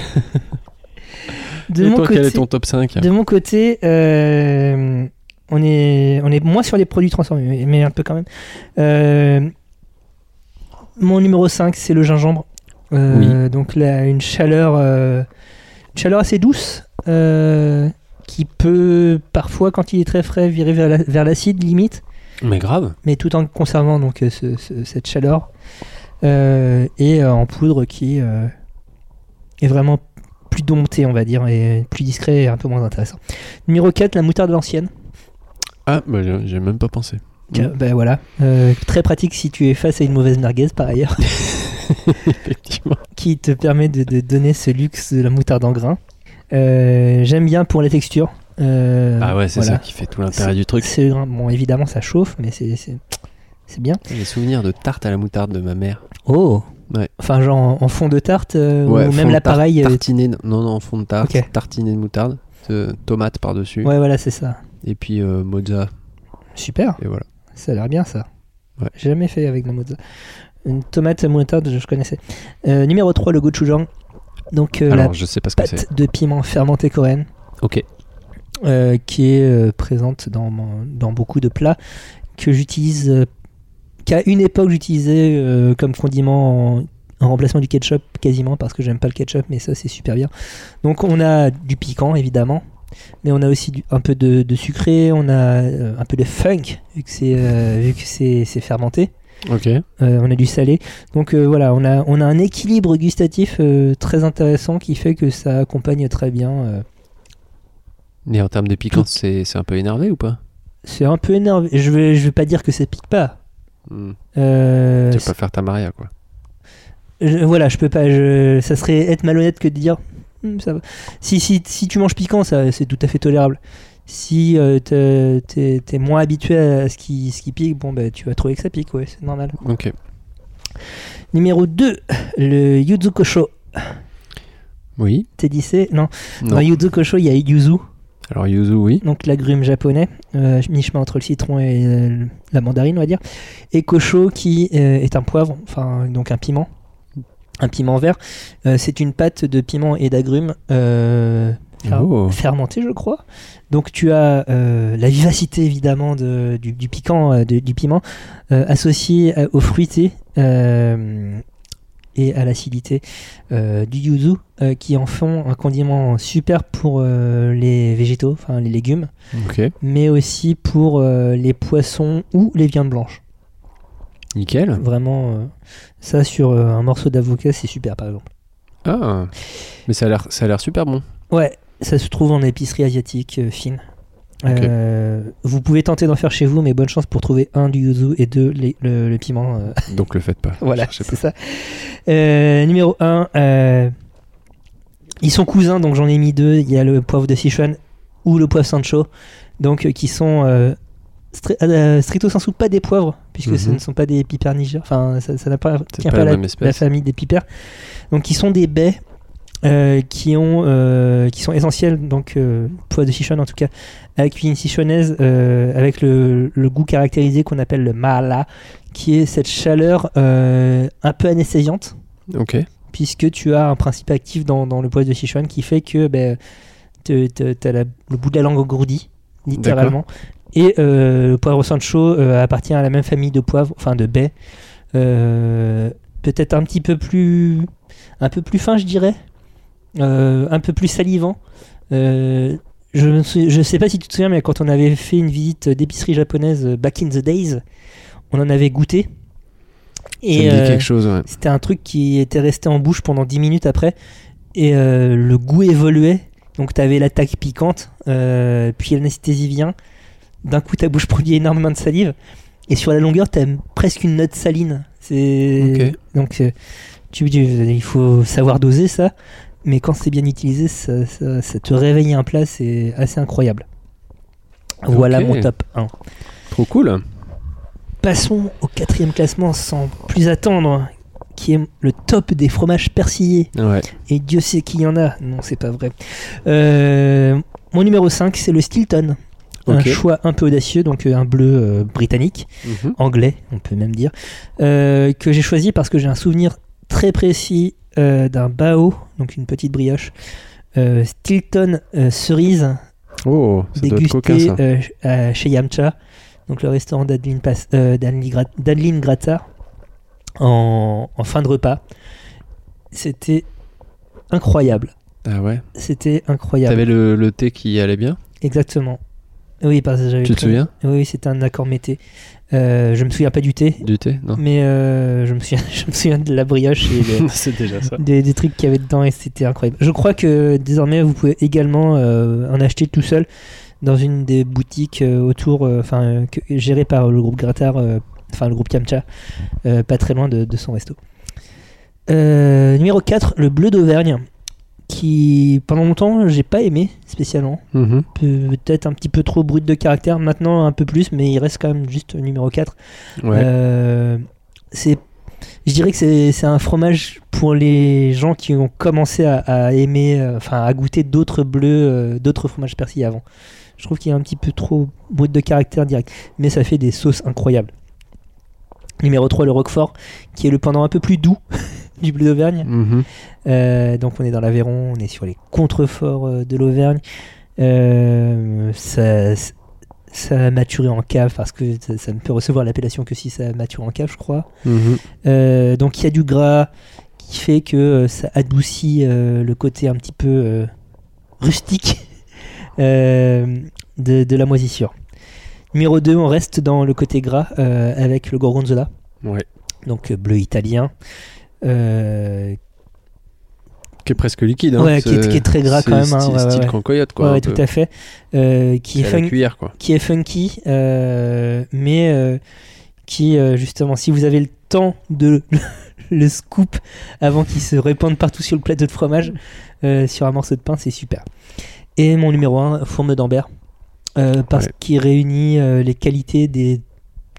S1: De
S2: Et
S1: mon
S2: toi, quel
S1: côté,
S2: est ton top 5
S1: de mon côté euh, on, est, on est moins sur les produits transformés, mais un peu quand même. Euh, mon numéro 5, c'est le gingembre. Euh, Donc là, une chaleur, euh, une chaleur assez douce euh, qui peut parfois, quand il est très frais, virer vers la- vers l'acide limite
S2: Mais grave.
S1: mais tout en conservant donc euh, ce- ce- cette chaleur Euh, et euh, en poudre qui euh, est vraiment plus domptée on va dire et plus discret et un peu moins intéressant numéro 4 la moutarde à l'ancienne
S2: Ah, bah, j'ai j'ai même pas pensé.
S1: Que-
S2: Mhm.
S1: ben voilà Euh, très pratique si tu es face à une mauvaise merguez par ailleurs
S2: Effectivement.
S1: qui te permet de, de donner ce luxe de la moutarde en grain Euh, j'aime bien pour la texture Euh,
S2: Ah ouais, c'est
S1: voilà.
S2: ça qui fait tout l'intérêt du truc.
S1: C'est- bon évidemment ça chauffe mais c'est c'est- c'est bien
S2: Les souvenirs de tarte à la moutarde de ma mère.
S1: Oh
S2: Ouais.
S1: Enfin, genre en- en fond de tarte, euh,
S2: Ouais,
S1: ou
S2: fond
S1: même
S2: de
S1: l'appareil. euh,
S2: Tartiné, de- non, non, en fond de tarte,
S1: Ok.
S2: tartiné de moutarde, de tomate par-dessus,
S1: euh, Ouais, voilà, c'est ça.
S2: et puis euh, mozza,
S1: Super,
S2: et voilà.
S1: ça a l'air bien ça.
S2: Ouais.
S1: J'ai jamais fait avec la mozza. Une tomate à moutarde, je je connaissais. Euh, numéro 3, le gochujang. Donc euh,
S2: Alors,
S1: la
S2: je sais pas ce que c'est.
S1: pâte de piment fermenté coréenne
S2: Ok.
S1: euh, qui est euh, présente dans, mon- dans beaucoup de plats que j'utilise, euh, qu'à une époque j'utilisais euh, comme condiment en, en remplacement du ketchup quasiment parce que j'aime pas le ketchup, mais ça c'est super bien. Donc on a du piquant évidemment, mais on a aussi du- un peu de, de sucré, on a euh, un peu de funk vu que c'est euh, vu que c'est c'est fermenté.
S2: Ok.
S1: Euh, on a du salé. Donc euh, voilà, on a, on a un équilibre gustatif euh, très intéressant qui fait que ça accompagne très bien. euh,
S2: Et en termes de piquance, c'est c'est un peu énervé ou pas
S1: C'est un peu énervé. Je vais, je vais pas dire que ça pique pas.
S2: Hmm.
S1: Euh,
S2: Tu vas pas faire ta maria, quoi.
S1: je- voilà, je peux pas. je- ça serait être malhonnête que de dire. Hmm, ça va. Si, si, si tu manges piquant, ça c'est tout à fait tolérable. Si euh, t'es- t'es t'es moins habitué à ce qui, ce qui pique, bon bah tu vas trouver que ça pique, ouais, c'est normal.
S2: Ok.
S1: Numéro 2, le yuzu kosho.
S2: Oui.
S1: T'es dit c'est Non.
S2: Non.
S1: Dans yuzu kosho, il y a yuzu,
S2: Alors, yuzu, oui.
S1: donc l'agrume japonais, euh, mi-chemin entre le citron et euh, la mandarine, on va dire. Et kosho, qui euh, est un poivre, enfin, donc un piment, un piment vert. Euh, c'est une pâte de piment et d'agrumes euh, fer-
S2: Oh.
S1: fermentée, je crois. Donc tu as euh, la vivacité, évidemment, de- du, du piquant, euh, de- du piment, euh, associée à- au fruité. euh, et à l'acidité euh, du yuzu euh, qui en font un condiment super pour euh, les végétaux, enfin les légumes
S2: Ok.
S1: mais aussi pour euh, les poissons ou les viandes blanches.
S2: Nickel.
S1: Vraiment, euh, ça sur euh, un morceau d'avocat, c'est super par exemple.
S2: Ah, mais ça a l'air, ça a l'air super bon.
S1: Ouais, ça se trouve en épicerie asiatique euh, fine.
S2: Ok.
S1: Euh, vous pouvez tenter d'en faire chez vous, mais bonne chance pour trouver un du yuzu et deux les- le, le piment. euh,
S2: Donc le faites pas.
S1: voilà,
S2: Cherchez
S1: c'est ça. Euh, numéro 1, ils sont cousins, donc j'en ai mis deux. Il y a le poivre de Sichuan ou le poivre Sancho, donc euh, qui sont euh, stri- euh, stricto sensu pas des poivres, puisque ce
S2: Mhm.
S1: ne sont pas des pipères niger. Enfin, ça ça n'a pas,
S2: C'est
S1: tient
S2: pas
S1: pas
S2: la
S1: la,
S2: même espèce.
S1: la famille des pipères. Donc, qui sont des baies. euh, qui, ont, euh, qui sont essentielles, donc euh, poivre de Sichuan en tout cas, à la cuisine sichuanaise, euh, avec le, le goût caractérisé qu'on appelle le mala, qui est cette chaleur euh, un peu anesthésiante,
S2: pas. Ok.
S1: puisque tu as un principe actif dans, dans le poivre de Sichuan qui fait que ben, te- te- t'as la- le bout de la langue engourdi, littéralement. Et euh, le poivre Sancho euh, appartient à la même famille de poivre, enfin de baies, euh, peut-être un petit peu plus, un peu plus fin, je dirais, euh, un peu plus salivant. Euh, je ne sais pas si tu te souviens, mais quand on avait fait une visite d'épicerie japonaise euh, back in the days, on en avait goûté.
S2: ça me dit
S1: euh,
S2: quelque chose. Ouais.
S1: c'était un truc qui était resté en bouche pendant 10 minutes après. Et euh, le goût évoluait. Donc t'avais l'attaque piquante, euh, puis l'anesthésie vient. D'un coup, ta bouche produit énormément de salive. Et sur la longueur, t'as m- presque une note saline. C'est
S2: Ok.
S1: Donc euh, tu, tu- il faut savoir doser ça. Mais quand c'est bien utilisé, ça, ça- ça te réveille un plat, c'est assez incroyable. Voilà
S2: Ok.
S1: mon top 1.
S2: Trop cool.
S1: Passons au quatrième classement sans plus attendre, qui est le top des fromages persillés.
S2: Ouais.
S1: Et Dieu sait qu'il y en a. Non, c'est pas vrai. Euh, mon numéro 5, c'est le Stilton. Un
S2: Ok.
S1: choix un peu audacieux, donc euh, un bleu euh, britannique,
S2: Mhm.
S1: anglais, on peut même dire, euh, que j'ai choisi parce que j'ai un souvenir très précis euh, d'un bao, donc une petite brioche, euh, Stilton euh, cerise,
S2: Oh, ça doit être coquin
S1: dégusté
S2: ça.
S1: euh, ch- euh, chez Yamcha, donc le restaurant d'Adeline Pas- euh, d'Adeline Gra- d'Adeline Gratta, en, en fin de repas. C'était incroyable.
S2: Ah ouais.
S1: C'était incroyable.
S2: T'avais le, le thé qui allait bien.
S1: Exactement. Oui, parce que j'avais
S2: Tu te
S1: pris-
S2: souviens
S1: Oui, oui, c'était un accord mété. Euh, je me souviens pas du thé,
S2: du thé Non.
S1: mais euh, je, me souviens, je me souviens de la brioche et de-
S2: C'est déjà ça.
S1: des, des trucs qu'il y avait dedans et c'était incroyable. Je crois que désormais vous pouvez également euh, en acheter tout seul dans une des boutiques euh, autour, euh, enfin euh, que- gérée par le groupe Gratar, euh, enfin le groupe Kamcha, euh, pas très loin de, de son resto. Euh, numéro 4, le bleu d'Auvergne, qui pendant longtemps j'ai pas aimé spécialement,
S2: Mhm.
S1: Peu- peut-être un petit peu trop brut de caractère, maintenant un peu plus, mais il reste quand même juste numéro 4.
S2: Ouais.
S1: Euh, c'est, je dirais que c'est c'est un fromage pour les gens qui ont commencé à, à aimer, euh, enfin à goûter d'autres bleus, euh, d'autres fromages persillés avant. Je trouve qu'il est un petit peu trop brut de caractère direct, mais ça fait des sauces incroyables. Numéro 3, le Roquefort, qui est le pendant un peu plus doux du bleu d'Auvergne.
S2: Mhm.
S1: Euh, donc on est dans l'Aveyron, on est sur les contreforts euh, de l'Auvergne. Euh, ça, ça a maturé en cave parce que ça, ça ne peut recevoir l'appellation que si ça mature en cave, je crois.
S2: Mhm.
S1: Euh, donc il y a du gras qui fait que euh, ça adoucit euh, le côté un petit peu euh, rustique euh, de, de la moisissure. Numéro 2, on reste dans le côté gras euh, avec le gorgonzola
S2: Ouais.
S1: donc euh, bleu italien, euh,
S2: Qui est presque liquide. Hein.
S1: Ouais, qui est-
S2: C'est-
S1: qui est très gras quand même,
S2: c'est
S1: hein,
S2: Style,
S1: ouais, ouais,
S2: style
S1: ouais.
S2: cancoyote quoi.
S1: ouais, tout à fait, euh, qui, est
S2: à la
S1: fun-
S2: cuillère quoi.
S1: qui est funky, euh, mais euh, qui, euh, justement, si vous avez le temps de le scoop avant qu'il se répande partout sur le plateau de fromage, euh, sur un morceau de pain, c'est super. Et mon numéro 1, Fourme d'Ambert, euh, parce
S2: Ouais.
S1: qu'il réunit euh, les qualités des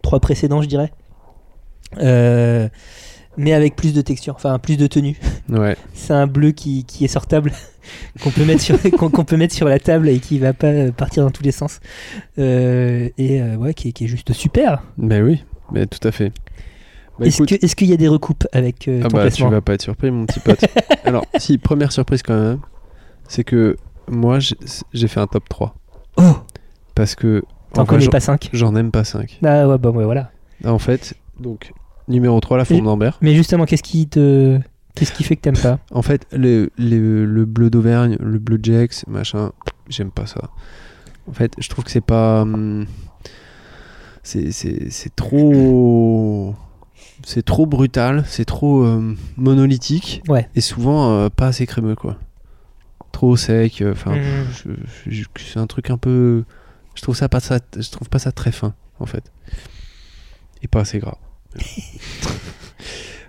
S1: trois précédents, je dirais. Euh, mais avec plus de texture, enfin plus de tenue.
S2: Ouais.
S1: C'est un bleu qui, qui est sortable, qu'on peut, mettre sur- qu'on qu'on peut mettre sur la table et qui va pas euh, partir dans tous les sens. Euh, et euh, ouais, qui est, qui est juste super.
S2: Mais Ben oui. Mais tout à fait. Bah,
S1: Est-ce
S2: écoute,
S1: que- est-ce qu'il y a des recoupes avec euh,
S2: Ah
S1: ton
S2: bah tu
S1: classement
S2: vas pas être surpris mon petit pote. Alors si première surprise quand même, c'est que moi j'ai- j'ai fait un top 3
S1: Oh,
S2: parce que en
S1: t'en
S2: vrai,
S1: connais
S2: j'en-
S1: pas 5
S2: j'en aime pas 5.
S1: Ah ouais, bah ouais, voilà.
S2: En fait, donc numéro 3 la
S1: Mais-
S2: fourme d'Ambert.
S1: Mais justement, qu'est-ce qui te. Qu'est-ce qui fait que t'aimes pas
S2: En fait, le, le- le bleu d'Auvergne, le bleu Jex, machin, j'aime pas ça. En fait, je trouve que c'est pas hum, c'est c'est- c'est trop C'est trop brutal, c'est trop euh, monolithique
S1: Ouais.
S2: et souvent euh, pas assez crémeux quoi. Trop sec, euh, enfin
S1: Mm.
S2: je- je- je- c'est un truc un peu je trouve ça pas ça je trouve pas ça très fin en fait. Et pas assez gras.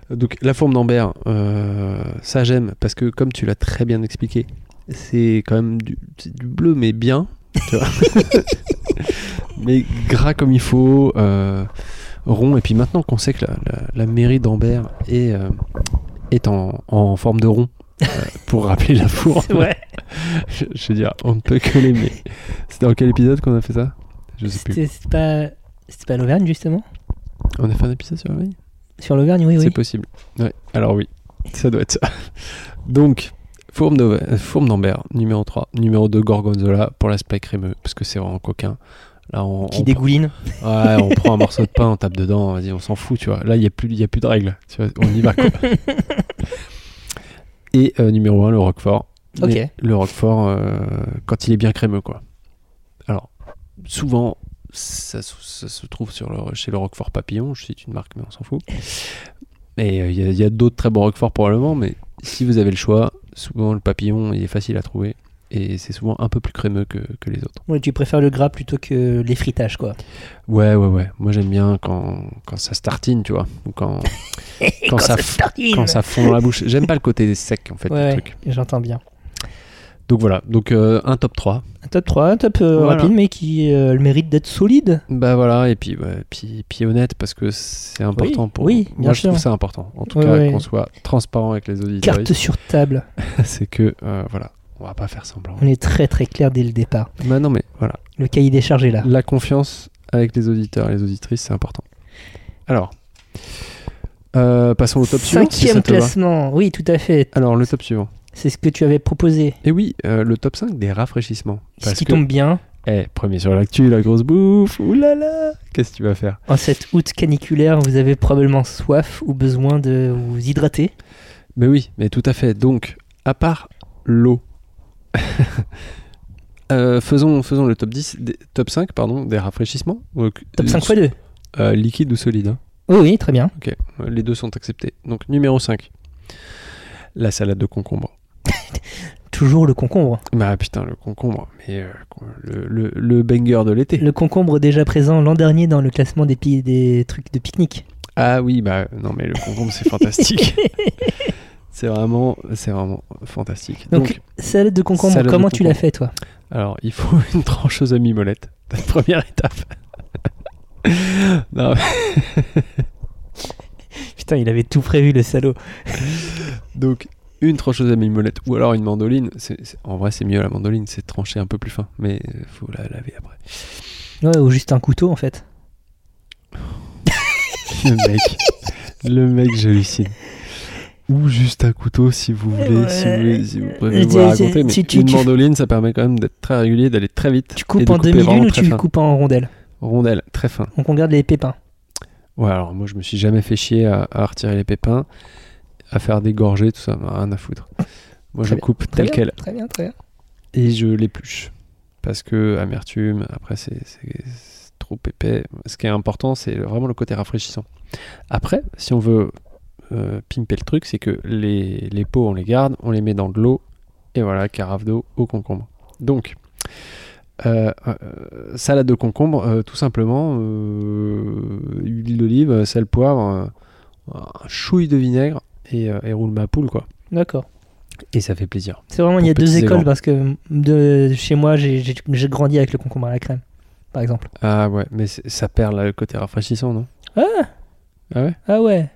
S2: Donc la forme d'Ambert, euh, ça j'aime parce que comme tu l'as très bien expliqué, c'est quand même du, c'est du bleu mais bien, tu vois. mais gras comme il faut, euh, rond. Et puis maintenant qu'on sait que la, la- la mairie d'Ambert est, euh, est en, en forme de rond, euh, pour rappeler la four,
S1: Ouais.
S2: je, je veux dire, on ne peut que l'aimer. C'était dans quel épisode qu'on a fait ça Je sais plus.
S1: C'était c'était pas, c'était pas l'Auvergne justement
S2: On a fait un épisode sur la mairie
S1: Sur l'Auvergne, oui,
S2: C'est
S1: oui.
S2: possible. Ouais. Alors oui, ça doit être ça. Donc, fourme d'Auve- euh, fourme d'Ambert, numéro 3. Numéro 2, Gorgonzola, pour l'aspect crémeux, parce que c'est vraiment coquin. Là, on,
S1: Qui
S2: on
S1: dégouline.
S2: Ouais, on prend un morceau de pain, on tape dedans, vas-y, on s'en fout, tu vois. Là, il n'y a, plus- il y a plus de règles. Tu vois, on y va, quoi. Et euh, numéro 1, le Roquefort.
S1: Ok.
S2: Mais Le Roquefort, euh, quand il est bien crémeux, quoi. Alors, souvent, ça, se- ça se trouve sur le, chez le Roquefort Papillon. Je cite une marque, mais on s'en fout. Mais euh, il y a- il y a, d'autres très bons Roquefort, probablement. Mais si vous avez le choix, souvent, le papillon, il est facile à trouver. Et c'est souvent un peu plus crémeux que, que les autres.
S1: Ouais, tu préfères le gras plutôt que les fritages, quoi.
S2: Ouais, ouais, ouais. Moi, j'aime bien quand, quand ça se tartine, tu vois. Ou quand, quand, ça, f-
S1: tartine.
S2: quand ça fond dans la bouche. J'aime pas le côté sec, en fait,
S1: Ouais,
S2: du
S1: ouais,
S2: truc.
S1: j'entends bien.
S2: Donc voilà. Donc, euh, un top 3.
S1: Un top 3, un top euh,
S2: Voilà.
S1: rapide, mais qui euh, a le mérite d'être solide.
S2: Bah voilà. Et puis, ouais, puis, puis honnête, parce que c'est important pour.
S1: oui,
S2: Moi,
S1: bien
S2: je trouve
S1: sûr.
S2: ça important. En tout
S1: Ouais,
S2: cas,
S1: ouais.
S2: qu'on soit transparent avec les auditeurs.
S1: Carte sur table.
S2: C'est que, euh, voilà. On va pas faire semblant.
S1: On est très très clair dès le départ.
S2: Bah non, mais voilà.
S1: Le cahier des charges est là.
S2: La confiance avec les auditeurs et les auditrices, c'est important. Alors. euh, passons au top suivant. si ça
S1: Cinquième
S2: te va.
S1: classement, oui, tout à fait.
S2: Alors, le top suivant.
S1: C'est ce que tu avais proposé.
S2: Et oui, euh, le top 5 des rafraîchissements.
S1: Ce qui
S2: que,
S1: tombe bien
S2: Eh, premier sur l'actu, la grosse bouffe, oulala Qu'est-ce que tu vas faire
S1: en cette août caniculaire, vous avez probablement soif ou besoin de vous hydrater.
S2: Mais oui, mais tout à fait. Donc, à part l'eau, euh, faisons, faisons le top 10, des- top 5 pardon, des rafraîchissements. Donc,
S1: Top
S2: euh,
S1: 5 x 2.
S2: euh, Liquide ou solide hein.
S1: Oui, oui, très bien.
S2: Ok, euh, les deux sont acceptés. Donc, numéro 5, la salade de concombre.
S1: Toujours le concombre.
S2: Bah putain, le concombre, mais euh, le, le, le banger de l'été.
S1: Le concombre déjà présent l'an dernier dans le classement des, pi- des trucs de pique-nique.
S2: Ah oui, bah non, mais le concombre, c'est fantastique. c'est vraiment, c'est vraiment fantastique.
S1: Donc,
S2: Donc,
S1: Salade de concombre,
S2: Salade de
S1: comment tu l'as
S2: concombre.
S1: fait toi
S2: alors, il faut une trancheuse à mimolette. La première étape. non, mais-
S1: Putain, il avait tout prévu le salaud.
S2: donc, une trancheuse à mimolette ou alors une mandoline. C'est- c'est- en vrai, c'est mieux la mandoline, c'est tranché un peu plus fin, mais euh, faut la laver après.
S1: Ouais, ou juste un couteau en fait.
S2: Le mec, le mec, j'hallucine. Ou juste un couteau si vous voulez, si vous, voulez, si vous préférez
S1: Euh,
S2: vous
S1: c'est-
S2: la
S1: c'est-
S2: raconter. Mais
S1: si tu-
S2: une
S1: tu-
S2: mandoline, ça permet quand même d'être très régulier, d'aller très vite.
S1: Tu
S2: et
S1: coupes
S2: de
S1: en
S2: couper
S1: demi-lune
S2: vraiment
S1: ou
S2: très
S1: tu le
S2: fin.
S1: coupes en rondelle
S2: Rondelle, très fin.
S1: Donc on garde les pépins.
S2: Ouais, alors moi je me suis jamais fait chier à, à retirer les pépins, à faire des gorgées, tout ça, rien à foutre.
S1: Très
S2: Moi je
S1: bien,
S2: coupe tel
S1: bien,
S2: quel
S1: Très bien, très bien.
S2: et je l'épluche. Parce que amertume, après c'est c'est- c'est trop épais. Ce qui est important, c'est vraiment le côté rafraîchissant. Après, si on veut euh, pimper le truc, c'est que les, les pots, on les garde, on les met dans de l'eau, et voilà, carafe d'eau au concombre. Donc, euh, euh, salade de concombre, euh, tout simplement, euh, huile d'olive, sel, poivre, euh, un chouille de vinaigre, et, euh, et roule ma poule, quoi.
S1: D'accord.
S2: Et ça fait plaisir.
S1: C'est vraiment, il y a
S2: Pour
S1: deux
S2: petits
S1: écoles
S2: élans.
S1: parce que de chez moi, j'ai j'ai- j'ai grandi avec le concombre à la crème, par exemple.
S2: Ah ouais, mais c'est- ça perd là, le côté rafraîchissant, non
S1: Ah,
S2: Ah ouais
S1: ah ouais,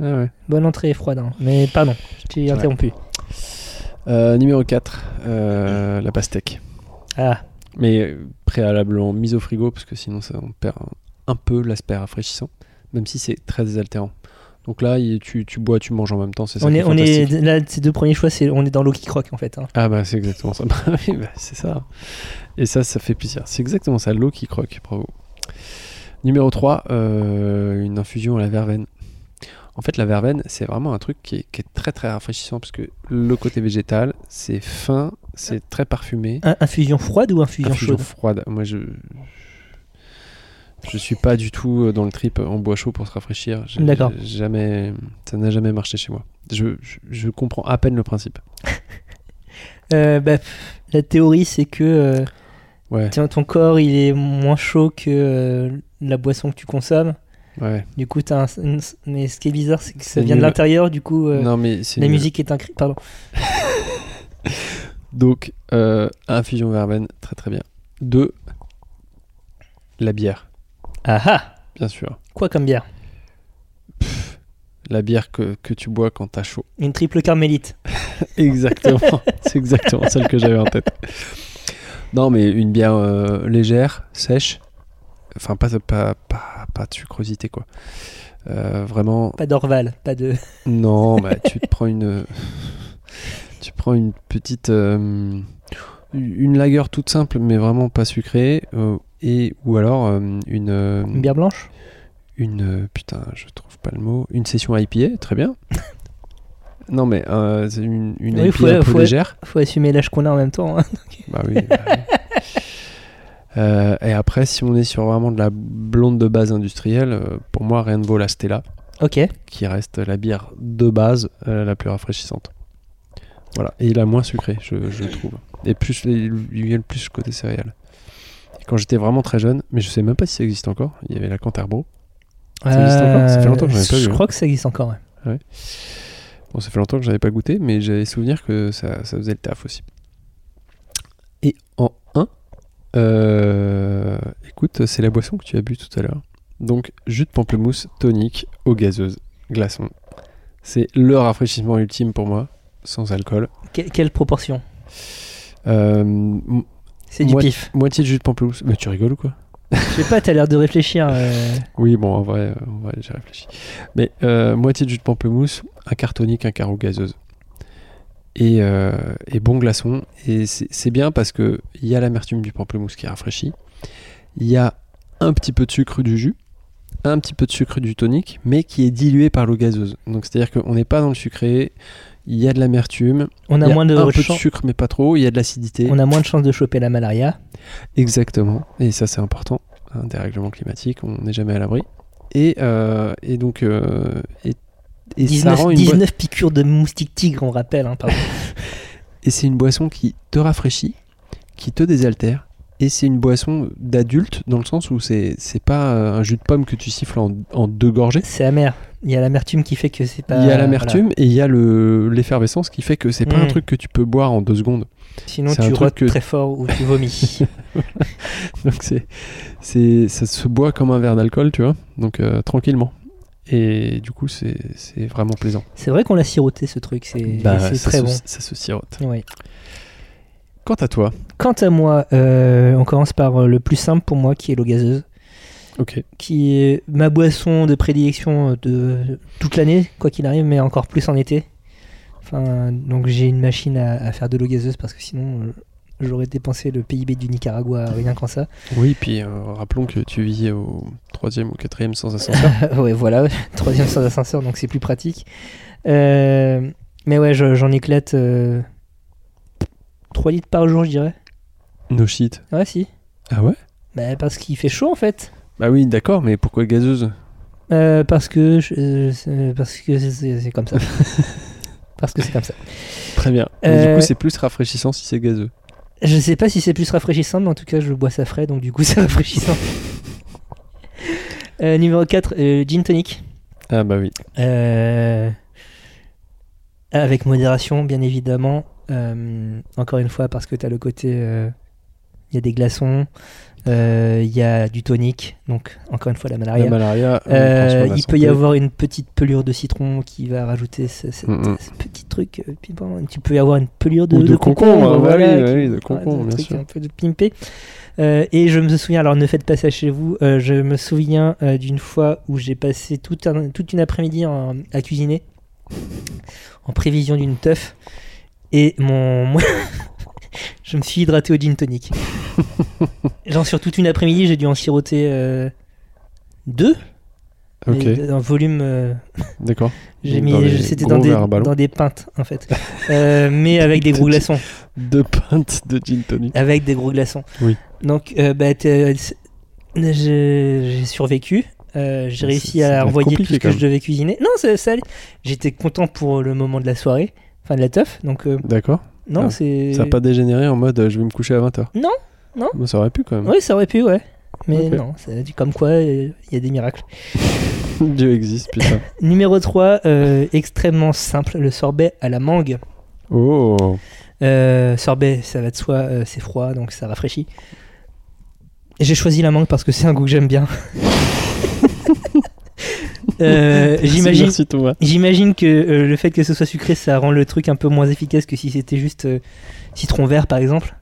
S2: Ah ouais.
S1: bonne entrée froide. hein. Mais pardon, je t'ai interrompu.
S2: Euh, numéro 4, la pastèque.
S1: Ah,
S2: Mais euh, préalablement mise au frigo, parce que sinon ça, on perd un, un peu l'aspect rafraîchissant, même si c'est très désaltérant. Donc là, il- tu, tu bois, tu manges en même temps, c'est ça
S1: on
S2: qui
S1: est,
S2: est
S1: on est,
S2: fantastique.
S1: là, ces deux premiers choix, c'est on est dans l'eau qui croque en fait. hein.
S2: Ah bah c'est exactement ça. Bah oui, bah, c'est ça. Et ça, ça fait plaisir. C'est exactement ça, l'eau qui croque, bravo. Numéro 3, une infusion à la verveine. En fait, la verveine, c'est vraiment un truc qui est, qui est très très rafraîchissant, parce que le côté végétal, c'est fin, c'est très parfumé.
S1: Un- infusion froide ou infusion,
S2: Infusion
S1: chaude
S2: froide. Moi, je. Je suis pas du tout euh, dans le trip euh, en bois chaud pour se rafraîchir. J'ai-
S1: D'accord.
S2: j'ai Jamais, ça n'a jamais marché chez moi. Je, je, je comprends à peine le principe.
S1: Euh, bah, pff, la théorie, c'est que euh,
S2: Ouais,
S1: tiens, ton corps, il est moins chaud que euh, la boisson que tu consommes.
S2: ouais.
S1: Du coup, t'as un- une- mais ce qui est bizarre, c'est que ça
S2: C'est
S1: vient de
S2: nul.
S1: l'intérieur. Du coup, euh,
S2: non mais c'est
S1: la
S2: nul.
S1: musique est un cri. Pardon.
S2: Donc euh, infusion verveine, très très bien. Deux, la bière,
S1: Ah ah
S2: bien sûr.
S1: Quoi comme bière
S2: La bière que, que tu bois quand t'as chaud.
S1: Une triple carmélite.
S2: Exactement, c'est exactement celle que j'avais en tête. Non, mais une bière euh, légère, sèche, enfin pas pas pas, pas de sucrosité quoi. Euh, vraiment,
S1: Pas d'Orval. Pas de.
S2: non, bah, tu te prends une, tu prends une petite, euh, une lagueur toute simple, mais vraiment pas sucrée, euh, et ou alors euh, une, euh,
S1: Une bière blanche
S2: une euh, putain, je trouve pas le mot, une session IPA, très bien. Non mais euh, c'est une, une
S1: Oui,
S2: IPA
S1: faut-
S2: un peu
S1: faut-
S2: légère.
S1: Faut assumer l'âge qu'on a en même temps. hein.
S2: Bah oui. bah oui. Euh, et après, si on est sur vraiment de la blonde de base industrielle, euh, pour moi, rien ne vaut la Stella,
S1: Ok.
S2: qui reste la bière de base euh, la plus rafraîchissante. Voilà, et la moins sucrée, je, je trouve. Et plus, il y a le plus côté céréales. Et quand j'étais vraiment très jeune, mais je sais même pas si ça existe encore, il y avait la Canterbro. Ça existe encore Ça fait longtemps que j'en ai pas
S1: Euh, je
S2: vu, hein.
S1: crois que ça existe encore. ouais.
S2: Bon, ça fait longtemps que j'avais pas goûté, mais j'avais souvenir que ça, ça faisait le taf aussi. Et en 1, écoute, c'est la boisson que tu as bu tout à l'heure. Donc, jus de pamplemousse, tonique, eau gazeuse, glaçon. C'est le rafraîchissement ultime pour moi, sans alcool.
S1: Que- quelle proportion
S2: Euh, m-
S1: C'est du
S2: Moi-
S1: pif.
S2: moitié de jus de pamplemousse. Mais tu rigoles ou quoi
S1: Je sais pas, t'as l'air de réfléchir. euh.
S2: Oui, bon, en vrai, euh, en vrai, j'ai réfléchi. Mais euh, moitié de jus de pamplemousse, un quart tonique, un quart eau gazeuse. Et, euh, et bon glaçon. Et c'est c'est bien parce que il y a l'amertume du pamplemousse qui rafraîchit. Il y a un petit peu de sucre du jus, un petit peu de sucre du tonique, mais qui est dilué par l'eau gazeuse. Donc c'est-à-dire qu'on n'est pas dans le sucré. Il y a de l'amertume.
S1: On
S2: Il
S1: a,
S2: y a
S1: moins
S2: un
S1: de
S2: peu
S1: chan-
S2: de sucre, mais pas trop. Il y a de l'acidité.
S1: on a moins de chances de choper la malaria.
S2: Exactement, et ça c'est important, un dérèglement climatique, on n'est jamais à l'abri. Et, euh, et donc, euh, et, et ça
S1: 19,
S2: rend une boi-
S1: 19 piqûres de moustique tigre, on rappelle. hein, pardon.
S2: et c'est une boisson qui te rafraîchit, qui te désaltère, et c'est une boisson d'adulte dans le sens où c'est c'est pas euh, un jus de pomme que tu siffles en, en deux gorgées.
S1: c'est amer. Il y a l'amertume qui fait que c'est pas.
S2: Il y a l'amertume et il y a le- l'effervescence qui fait que c'est pas
S1: Mm.
S2: un truc que tu peux boire en deux secondes.
S1: voilà. Sinon,
S2: C'est un
S1: tu
S2: truc
S1: rôtes
S2: que-
S1: très fort ou tu vomis.
S2: Donc c'est, c'est, ça se boit comme un verre d'alcool, tu vois, donc euh, tranquillement. Et du coup, c'est, c'est vraiment plaisant.
S1: c'est vrai qu'on l'a siroté ce truc, c'est
S2: Bah,
S1: c'est
S2: ça
S1: très
S2: se-
S1: bon.
S2: Ça se sirote.
S1: Ouais.
S2: Quant à toi,
S1: Quant à moi, euh, on commence par euh, le plus simple pour moi qui est l'eau gazeuse,
S2: ok,
S1: qui est ma boisson de prédilection euh, de toute l'année, quoi qu'il arrive, mais encore plus en été. Enfin, donc j'ai une machine à, à faire de l'eau gazeuse parce que sinon euh, j'aurais dépensé le PIB du Nicaragua euh, rien qu'en ça.
S2: oui, puis euh, rappelons que tu vis au troisième ou quatrième sans ascenseur.
S1: ouais, voilà, troisième sans ascenseur, donc c'est plus pratique. Euh, mais ouais, je- j'en éclate 3 litres par jour, je dirais.
S2: no shit.
S1: Ouais, si.
S2: Ah ouais
S1: Bah, parce qu'il fait chaud en fait.
S2: Bah oui, d'accord, mais pourquoi gazeuse
S1: Euh, parce que je- euh, c'est- parce que c'est- c'est c'est comme ça. parce que c'est comme ça.
S2: Très bien. Mais
S1: Euh,
S2: Du coup, c'est plus rafraîchissant si c'est gazeux.
S1: Je sais pas si c'est plus rafraîchissant, mais en tout cas, je bois ça frais, donc du coup, c'est rafraîchissant. Euh, numéro 4, gin tonic.
S2: Ah bah oui.
S1: Euh, avec modération, bien évidemment. Euh, encore une fois, parce que tu as le côté. euh, Il y a des glaçons, euh, il y a du tonique, donc encore une fois, la malaria.
S2: La malaria. on
S1: Ah, Euh,
S2: prend soin de
S1: il
S2: la
S1: peut
S2: santé.
S1: y avoir une petite pelure de citron qui va rajouter ce, cette-
S2: Mm, mm.
S1: ce petit truc. euh, puis bon, tu peux y avoir une pelure de,
S2: Ou de concombre,
S1: voilà,
S2: bah oui,
S1: qui-
S2: oui, de
S1: ouais,
S2: concombre,
S1: un
S2: bien
S1: truc
S2: sûr.
S1: Un peu de pimpé. Euh, et je me souviens, alors ne faites pas ça chez vous, euh, je me souviens euh, d'une fois où j'ai passé tout un- toute une après-midi en- à cuisiner en prévision d'une teuf et mon. moi, je me suis hydraté au gin tonic. Genre sur toute une après-midi, j'ai dû en siroter euh, deux
S2: Ok,
S1: mais d- un volume. euh,
S2: d'accord.
S1: hein. j'ai
S2: Donc
S1: mis,
S2: dans des
S1: je- c'était
S2: gros
S1: dans des,
S2: verres à ballon.
S1: dans des pintes en fait, Euh, mais avec des gros glaçons,
S2: Deux pintes de gin tonic.
S1: avec des gros glaçons.
S2: Oui.
S1: Donc, euh, bah, t'es- J'ai j'ai survécu. Euh, j'ai
S2: C'est-
S1: réussi
S2: ça doit
S1: à
S2: être
S1: envoyer tout
S2: compliqué,
S1: ce que
S2: quand
S1: je devais cuisiner. Non, ça, ça allait. J'étais content pour le moment de la soirée, enfin de la teuf. Donc euh,
S2: D'accord.
S1: non,
S2: Ah,
S1: c'est.
S2: Ça n'a pas dégénéré en mode euh, je vais me coucher à 20h.
S1: Non, non.
S2: ça aurait pu quand même.
S1: Oui, ça aurait pu, ouais. Mais
S2: Ok.
S1: non, ça a dit comme quoi, euh, il y a des miracles.
S2: Dieu existe, putain.
S1: Numéro 3, extrêmement simple, le sorbet à la mangue.
S2: Oh.
S1: Euh, sorbet, ça va de soi, euh, c'est froid, donc ça rafraîchit. J'ai choisi la mangue parce que c'est un goût que j'aime bien. Euh, J'imagine
S2: Merci Thomas.
S1: J'imagine que euh, le fait que ce soit sucré, ça rend le truc un peu moins efficace que si c'était juste euh, citron vert, par exemple.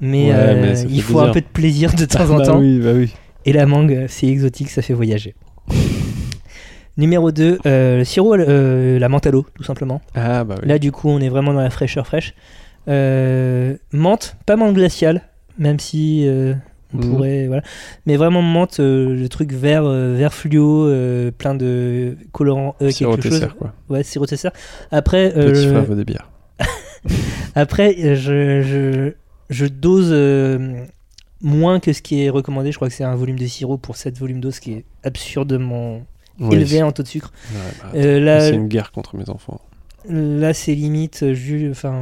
S1: Mais,
S2: Ouais,
S1: euh,
S2: mais ça fait
S1: il faut
S2: plaisir.
S1: un peu de plaisir de temps en
S2: bah
S1: temps.
S2: oui, bah oui.
S1: Et la mangue, c'est exotique, ça fait voyager. Numéro 2, le sirop, à l- euh, la menthe à l'eau, tout simplement.
S2: Ah bah oui.
S1: Là, du coup, on est vraiment dans la fraîcheur fraîche. Euh, menthe, pas menthe glaciale, même si euh, on
S2: Mhm.
S1: pourrait. Voilà. Mais vraiment menthe, euh, le truc vert, euh, vert fluo, euh, plein de colorants, euh,
S2: Sirop
S1: quelque chose.
S2: Tesser, quoi.
S1: Ouais, sirop Tesser. Après, euh,
S2: Petit
S1: je-
S2: frère veut des bières.
S1: après euh, je, je, je dose euh, moins que ce qui est recommandé. Je crois que c'est un volume de sirop pour 7 volumes d'eau, ce qui est absurdement
S2: Oui.
S1: élevé en taux de sucre.
S2: Ouais, bah,
S1: Euh, là,
S2: C'est une guerre contre mes enfants.
S1: là c'est limite euh, ju- enfin,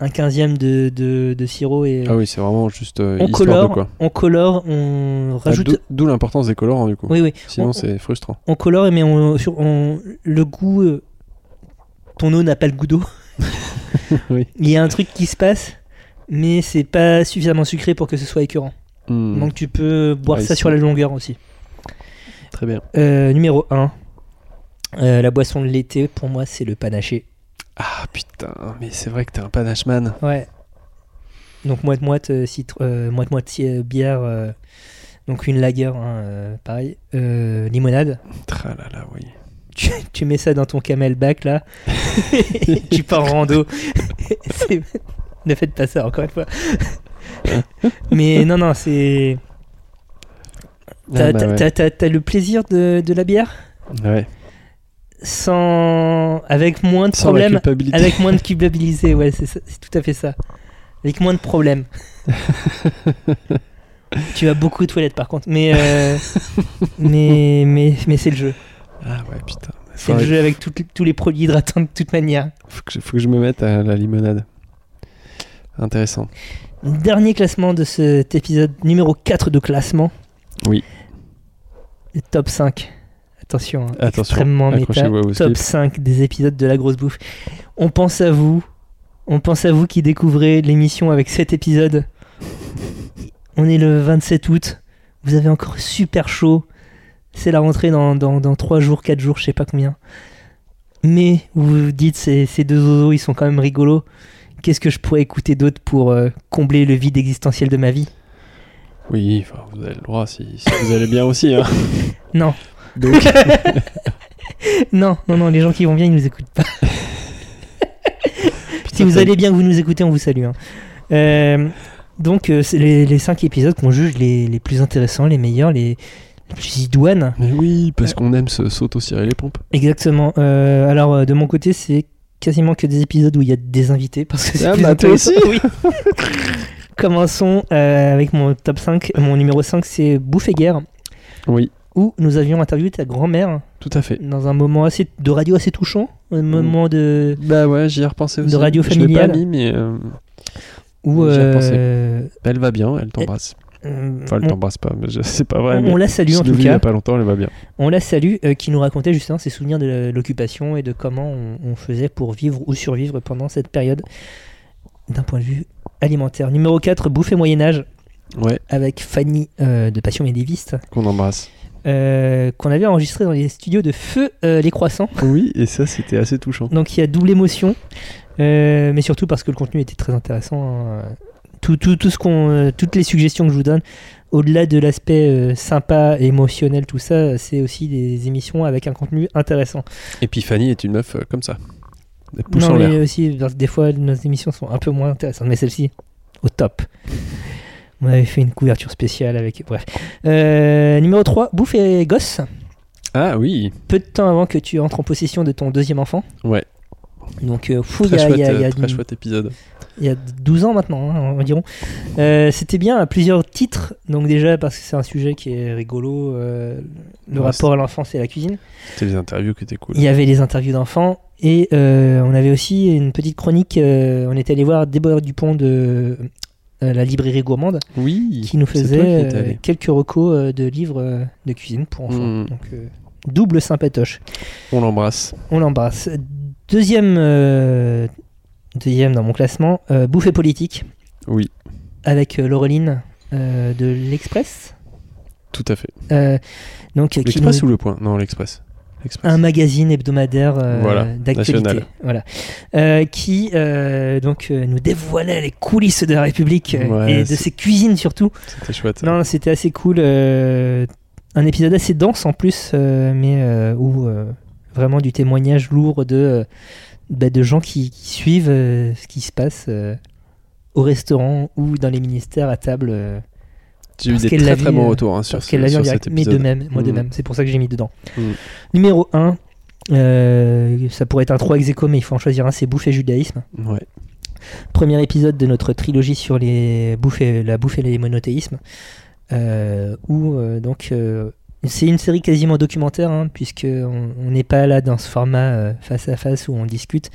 S1: un quinzième de, de, de sirop et
S2: Ah oui, c'est vraiment juste euh,
S1: euh, on,
S2: histoire de
S1: colore,
S2: quoi.
S1: on colore, on
S2: Ah,
S1: rajoute.
S2: d'où- D'où l'importance des colorants du coup.
S1: oui, oui,
S2: Sinon
S1: on-
S2: c'est frustrant.
S1: on colore, mais on, sur- on- le goût. euh, ton eau n'a pas le goût d'eau.
S2: Oui.
S1: Il y a un truc qui se passe, mais c'est pas suffisamment sucré pour que ce soit écœurant.
S2: Hmm,
S1: Donc tu peux boire
S2: Ah,
S1: ça
S2: ici.
S1: sur la longueur aussi.
S2: Très bien.
S1: Euh, numéro 1. la boisson de l'été, pour moi, c'est le panaché.
S2: Ah putain, mais c'est vrai que t'es un panachman.
S1: Ouais. Donc moite moite euh, citron, euh, moite moite euh, bière, euh, donc une lager, hein, euh, pareil, Euh, limonade.
S2: Tralala, oui.
S1: Tu, tu mets ça dans ton camelback là, et tu pars en rando. C'est- ne faites pas ça encore une fois. Mais non non c'est t'as
S2: Ah, bah,
S1: t'as-
S2: ouais. Ah
S1: t'as- t'as- t'as le plaisir de, de la bière
S2: Ouais.
S1: sans avec moins de
S2: Sans la
S1: problèmes,
S2: culpabilité.
S1: avec moins de culpabiliser. Ouais c'est ça- c'est tout à fait ça. Avec moins de problèmes. Tu vas beaucoup aux toilettes par contre, mais euh, mais mais mais c'est le jeu.
S2: ah ouais, putain.
S1: C'est le
S2: Faudrait-
S1: jeu avec tout- tous les produits hydratants de toute manière.
S2: Faut que, je, faut que je me mette à la limonade. Intéressant.
S1: Dernier classement de cet épisode numéro 4 de classement.
S2: Oui.
S1: Le top 5. Attention, hein,
S2: Attention,
S1: extrêmement méta.
S2: accrochez-vous à vos
S1: Top
S2: slips.
S1: 5 des épisodes de la grosse bouffe. On pense à vous. On pense à vous qui découvrez l'émission avec cet épisode. On est le 27 août. Vous avez encore super chaud. C'est la rentrée dans, dans, 3 jours, 4 jours, je sais pas combien. Mais vous vous dites, ces, ces deux zozos, ils sont quand même rigolos. Qu'est-ce que je pourrais écouter d'autre pour euh, combler le vide existentiel de ma vie
S2: Oui, enfin, vous avez le droit si, si vous allez bien aussi. Hein.
S1: Non.
S2: Donc,
S1: Non, non, non, les gens qui vont bien, ils nous écoutent pas. si vous
S2: t'as-
S1: allez bien, que vous nous écoutez, on vous salue. hein. Euh, donc, euh, c'est les, les cinq épisodes qu'on juge les, les plus intéressants, les meilleurs, les, les plus idoines.
S2: Mais oui, parce qu'on aime se s'auto-cirer les pompes.
S1: Exactement. Euh, alors, euh, de mon côté, c'est quasiment que des épisodes où il y a des invités. Parce que c'est
S2: Ah
S1: plus
S2: bah, toi
S1: intéressant. Oui. Commençons euh, avec mon top 5. Mon numéro 5, c'est Bouffe et Guerre,
S2: Oui,
S1: où nous avions interviewé ta grand-mère
S2: tout à fait.
S1: dans un moment assez, de radio assez touchant. Un
S2: Mm.
S1: moment de.
S2: Bah ouais, j'y ai repensé
S1: De
S2: aussi.
S1: radio
S2: Je l'ai
S1: familiale.
S2: pas mis, mais euh,
S1: Où,
S2: J'y ai repensé.
S1: euh,
S2: elle va bien, elle t'embrasse.
S1: Euh,
S2: Enfin, elle
S1: on-
S2: t'embrasse pas, mais je- c'est pas vrai.
S1: on,
S2: mais
S1: on la salue
S2: je
S1: en
S2: l'ai
S1: tout
S2: vu Il y a
S1: cas.
S2: pas longtemps, elle va bien.
S1: On la salue euh, qui nous racontait justement ses souvenirs de la- l'occupation et de comment on, on faisait pour vivre ou survivre pendant cette période d'un point de vue alimentaire. Numéro 4, Bouffée Moyen-Âge
S2: Ouais,
S1: avec Fanny euh, de Passion Médiviste
S2: qu'on embrasse.
S1: euh, qu'on avait enregistré dans les studios de Feu euh, Les Croissants.
S2: Oui, et ça, c'était assez touchant.
S1: Donc il y a double émotion, euh, mais surtout parce que le contenu était très intéressant. hein. Tout, tout, tout ce qu'on, euh, toutes les suggestions que je vous donne, au-delà de l'aspect euh, sympa, émotionnel, tout ça, euh, c'est aussi des émissions avec un contenu intéressant.
S2: Et puis Fanny est une meuf euh, comme ça. Elle pousse
S1: Non,
S2: en l'air.
S1: mais euh, aussi, parce que des fois, nos émissions sont un peu moins intéressantes, mais celle-ci, au top. On avait fait une couverture spéciale avec. Bref. Euh, numéro 3, Bouffe et Gosse.
S2: Ah oui,
S1: Peu de temps avant que tu entres en possession de ton deuxième enfant.
S2: ouais.
S1: Donc, euh, fou, il y
S2: Très
S1: a- il
S2: chouette,
S1: y a- il y
S2: euh,
S1: a
S2: très
S1: une-
S2: chouette épisode.
S1: il y a 12 ans maintenant, hein, environ. Euh, C'était bien à plusieurs titres. Donc, déjà, parce que c'est un sujet qui est rigolo, euh, le
S2: Ouais,
S1: rapport à l'enfance et à la cuisine.
S2: C'était les interviews qui étaient cool.
S1: Il y avait les interviews d'enfants. Et euh, on avait aussi une petite chronique. euh, on était allé voir Déborah Dupont de euh, la librairie gourmande
S2: Oui.
S1: qui nous
S2: c'est toi
S1: faisait
S2: qui étais
S1: euh,
S2: allé.
S1: quelques recos euh, de livres euh, de cuisine pour enfants.
S2: Mm.
S1: Donc, euh, double sympatoche.
S2: On l'embrasse.
S1: On l'embrasse. Deuxième, euh, deuxième dans mon classement, euh, Bouffée politique
S2: Oui,
S1: avec euh, Laureline euh, de l'Express.
S2: tout à fait.
S1: Euh, donc, euh, qui
S2: L'Express
S1: nous-
S2: ou le Point Non, l'Express. L'Express.
S1: un magazine hebdomadaire euh,
S2: Voilà,
S1: d'actualité,
S2: national.
S1: voilà, Euh, qui euh, donc euh, nous dévoilait les coulisses de la République euh,
S2: Ouais,
S1: et de
S2: c'est-
S1: ses cuisines surtout.
S2: C'était chouette.
S1: Non, c'était assez cool. euh, un épisode assez dense en plus, euh, mais euh, où euh, vraiment du témoignage lourd de, euh, bah, de gens qui, qui suivent euh, ce qui se passe euh, au restaurant ou dans les ministères à table. euh,
S2: J'ai eu
S1: parce
S2: des
S1: qu'elle
S2: très
S1: l'a
S2: très
S1: vu,
S2: bons
S1: euh,
S2: retours hein, sur,
S1: parce
S2: ce-
S1: qu'elle l'a vu en
S2: sur
S1: direct,
S2: cet
S1: mais de
S2: épisode.
S1: même, moi de
S2: Mm.
S1: même, c'est pour ça que j'ai mis dedans.
S2: Mm.
S1: Numéro 1, ça pourrait être un 3 ex aequo, mais il faut en choisir un, c'est Bouffée Judaïsme.
S2: Ouais.
S1: Premier épisode de notre trilogie sur les bouffées, la bouffe et les monothéismes, euh, où euh, donc euh, c'est une série quasiment documentaire, hein, puisque on on n'est pas là dans ce format euh, face à face où on discute,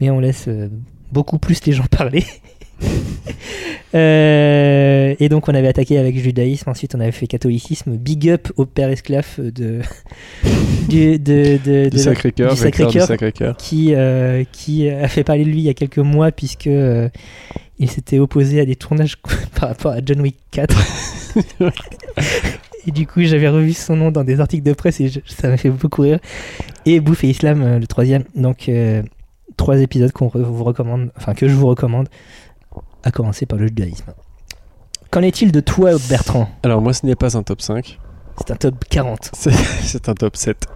S1: mais on laisse euh, beaucoup plus les gens parler. Euh, et donc on avait attaqué avec judaïsme, ensuite on avait fait catholicisme, big up au père esclave de, du, de, de- de
S2: Du
S1: la-
S2: Sacré-Cœur,
S1: du
S2: Vecteur du
S1: Sacré-Cœur.
S2: Sacré-Cœur.
S1: qui, euh, qui a fait parler de lui il y a quelques mois puisque euh, il s'était opposé à des tournages par rapport à John Wick 4. et du coup, j'avais revu son nom dans des articles de presse et je- ça m'a fait beaucoup rire. Et Bouffe et Islam, euh, le troisième. Donc, euh, trois épisodes qu'on re- vous recommande, enfin que je vous recommande, à commencer par le judaïsme. Qu'en est-il de toi, Bertrand
S2: Alors moi, ce n'est pas un top 5,
S1: C'est un top 40.
S2: c'est c'est un top 7.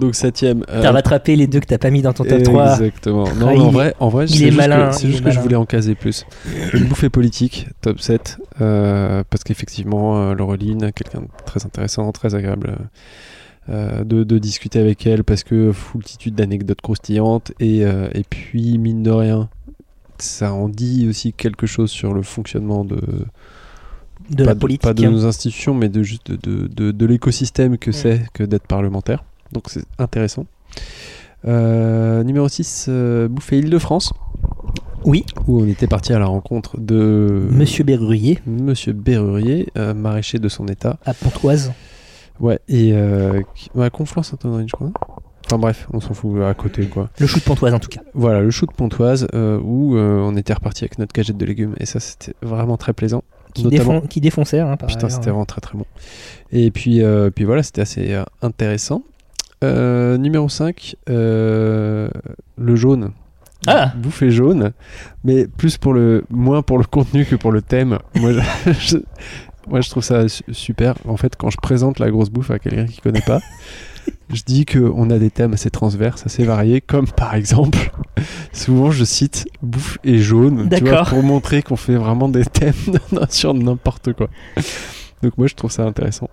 S2: Donc septième. euh,
S1: T'as rattrapé les deux que t'as pas mis dans ton top 3.
S2: Exactement. Non,
S1: Trahi.
S2: mais en vrai, en vrai
S1: Il
S2: c'est
S1: est
S2: juste,
S1: malin, hein,
S2: que, c'est
S1: il
S2: juste
S1: est
S2: que je
S1: malin.
S2: voulais en caser plus. Une bouffée politique, top 7, euh, parce qu'effectivement, euh, Laureline, quelqu'un de très intéressant, très agréable euh, de, de discuter avec elle, parce que foultitude d'anecdotes croustillantes, et, euh, et puis, mine de rien, ça en dit aussi quelque chose sur le fonctionnement de,
S1: De
S2: pas
S1: la politique. hein.
S2: pas de nos institutions, mais de juste de, de, de- de l'écosystème que
S1: Mm.
S2: c'est que d'être parlementaire. Donc c'est intéressant. Euh, numéro 6, Bouffée Île-de-France.
S1: Oui.
S2: Où on était parti à la rencontre de
S1: Monsieur Berrurier,
S2: Monsieur Berrurier, euh, maraîcher de son état.
S1: à Pontoise.
S2: Ouais, et euh, qui- ouais, Conflans Sainte-Honorine, je crois. Enfin bref, on s'en fout à côté quoi.
S1: Le chou de Pontoise en tout cas.
S2: Voilà, le shoot Pontoise euh, où euh, on était reparti avec notre cagette de légumes et ça c'était vraiment très plaisant.
S1: Qui,
S2: Notamment-
S1: défon, qui défonçait. Hein, par
S2: Putain,
S1: ailleurs.
S2: c'était vraiment très très bon. Et puis, euh, puis voilà, c'était assez euh, intéressant. Euh, numéro 5, le jaune.
S1: Ah
S2: Bouffé jaune, mais plus pour le moins pour le contenu que pour le thème. Moi, je, je- moi, je trouve ça su- super. En fait, quand je présente la grosse bouffe à quelqu'un qui connaît pas, je dis que on a des thèmes assez transverses, assez variés, comme par exemple, souvent je cite bouffe et jaune, tu vois,
S1: D'accord.
S2: pour montrer qu'on fait vraiment des thèmes sur n'importe quoi. Donc moi, je trouve ça intéressant.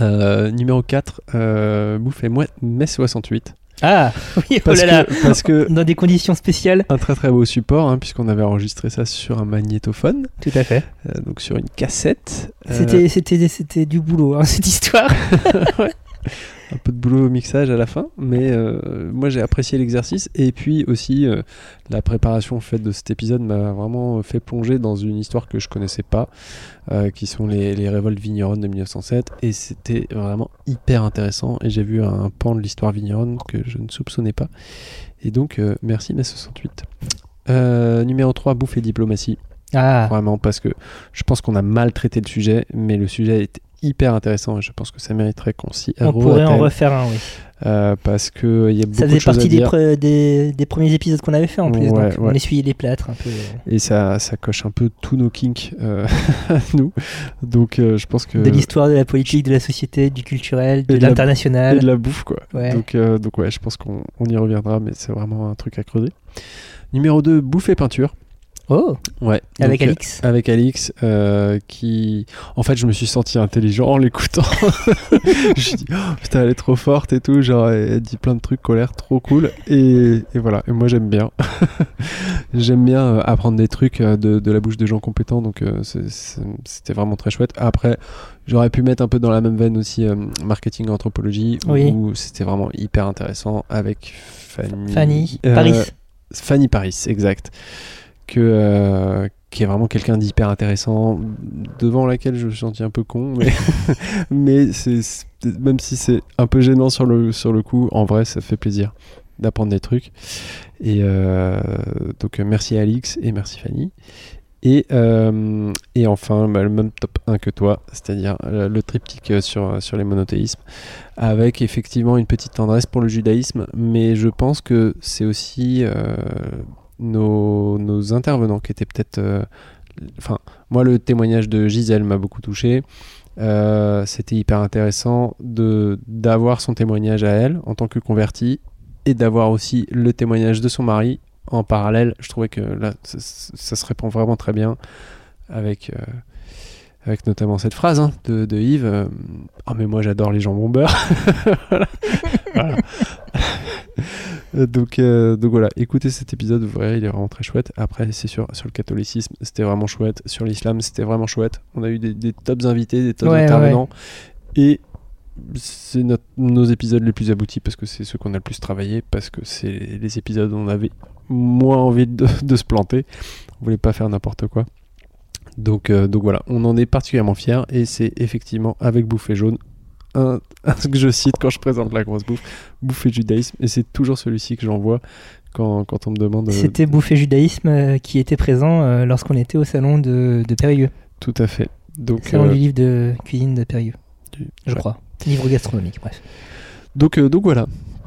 S2: Euh, numéro 4, bouffe et moi, mai 68.
S1: Ah Oui, oh
S2: Parce
S1: là là
S2: que- parce que
S1: Dans des conditions spéciales
S2: un très très beau support, hein, puisqu'on avait enregistré ça sur un magnétophone,
S1: Tout à fait.
S2: euh, donc sur une cassette. Euh,
S1: C'était, c'était, c'était du boulot, hein, cette histoire.
S2: un peu de boulot au mixage à la fin, mais euh, moi j'ai apprécié l'exercice. Et puis aussi, euh, la préparation faite de cet épisode m'a vraiment fait plonger dans une histoire que je connaissais pas, euh, qui sont les, les révoltes vigneronnes de 1907. Et c'était vraiment hyper intéressant. Et j'ai vu un pan de l'histoire vigneronne que je ne soupçonnais pas. Et donc, euh, merci, mai 68. Euh, numéro 3, bouffe et diplomatie.
S1: Ah
S2: vraiment parce que je pense qu'on a mal traité le sujet, mais le sujet est hyper intéressant et je pense que ça mériterait qu'on s'y
S1: On
S2: re-
S1: pourrait en
S2: attelle,
S1: refaire un, oui.
S2: euh, parce que il y a beaucoup
S1: Ça
S2: de
S1: faisait
S2: choses à
S1: partie des,
S2: dire
S1: pre- des, des premiers épisodes qu'on avait fait en plus.
S2: Ouais,
S1: donc
S2: ouais.
S1: On essuyait les plâtres un peu. euh,
S2: et ça ça coche un peu tous nos kinks euh, à nous, donc euh, je pense que
S1: De l'histoire, de la politique, de la société, du culturel, de
S2: Et de la-
S1: l'international.
S2: et de la bouffe quoi.
S1: Ouais.
S2: Donc euh, donc ouais, je pense qu'on on y reviendra, mais c'est vraiment un truc à creuser. Numéro 2, bouffe et peinture.
S1: Oh,
S2: Ouais.
S1: avec
S2: Donc,
S1: Alix.
S2: euh, Avec Alix, euh, qui. En fait, je me suis senti intelligent en l'écoutant. je me suis dit, oh, putain, elle est trop forte et tout. Genre, elle elle dit plein de trucs qui ont l'air trop cool. Et, et voilà. Et moi, j'aime bien. j'aime bien euh, apprendre des trucs euh, de, de la bouche de gens compétents. Donc, euh, c'est- c'est- c'était vraiment très chouette. Après, j'aurais pu mettre un peu dans la même veine aussi euh, marketing anthropologie. Où,
S1: Oui.
S2: c'était vraiment hyper intéressant avec Fanny.
S1: Fanny,
S2: Euh,
S1: Paris.
S2: Fanny Paris, exact. Que, euh, qui est vraiment quelqu'un d'hyper intéressant, devant laquelle je me suis senti un peu con, mais, mais c'est, c'est- même si c'est un peu gênant sur le, sur le coup, en vrai, ça fait plaisir d'apprendre des trucs. Et euh, donc, euh, merci Alix et merci Fanny. Et, euh, et enfin, bah, le même top 1 que toi, c'est-à-dire euh, le triptyque euh, sur, euh, sur les monothéismes, avec effectivement une petite tendresse pour le judaïsme, mais je pense que c'est aussi euh, nos, nos intervenants qui étaient peut-être... euh, Enfin, moi, le témoignage de Gisèle m'a beaucoup touché. Euh, C'était hyper intéressant de d'avoir son témoignage à elle en tant que convertie et d'avoir aussi le témoignage de son mari en parallèle. Je trouvais que là, ça, ça se répond vraiment très bien avec, euh, avec notamment cette phrase hein, de, de Yves. euh, Ah mais moi j'adore les jambons beurre. Voilà. Voilà. Euh, donc, euh, donc voilà, écoutez cet épisode, vous verrez, il est vraiment très chouette. Après, c'est sûr, sur le catholicisme, c'était vraiment chouette. Sur l'islam, c'était vraiment chouette. On a eu des, des tops invités, des tops
S1: Ouais, ouais,
S2: intervenants. Et c'est notre- nos épisodes les plus aboutis parce que c'est ceux qu'on a le plus travaillé, parce que c'est les épisodes où on avait moins envie de, de se planter. On voulait pas faire n'importe quoi. Donc, euh, donc voilà, on en est particulièrement fiers et c'est effectivement avec Bouffée Jaune, un, un truc que je cite quand je présente la grosse bouffe, Bouffée de Judaïsme, et c'est toujours celui-ci que j'envoie quand, quand on me demande. euh,
S1: C'était Bouffé Judaïsme euh, qui était présent euh, lorsqu'on était au salon de, de Périgueux.
S2: Tout à fait. Donc,
S1: Salon
S2: euh,
S1: du livre de cuisine de Périgueux,
S2: du-
S1: je
S2: ouais.
S1: crois. Livre gastronomique, bref.
S2: donc, euh, donc voilà.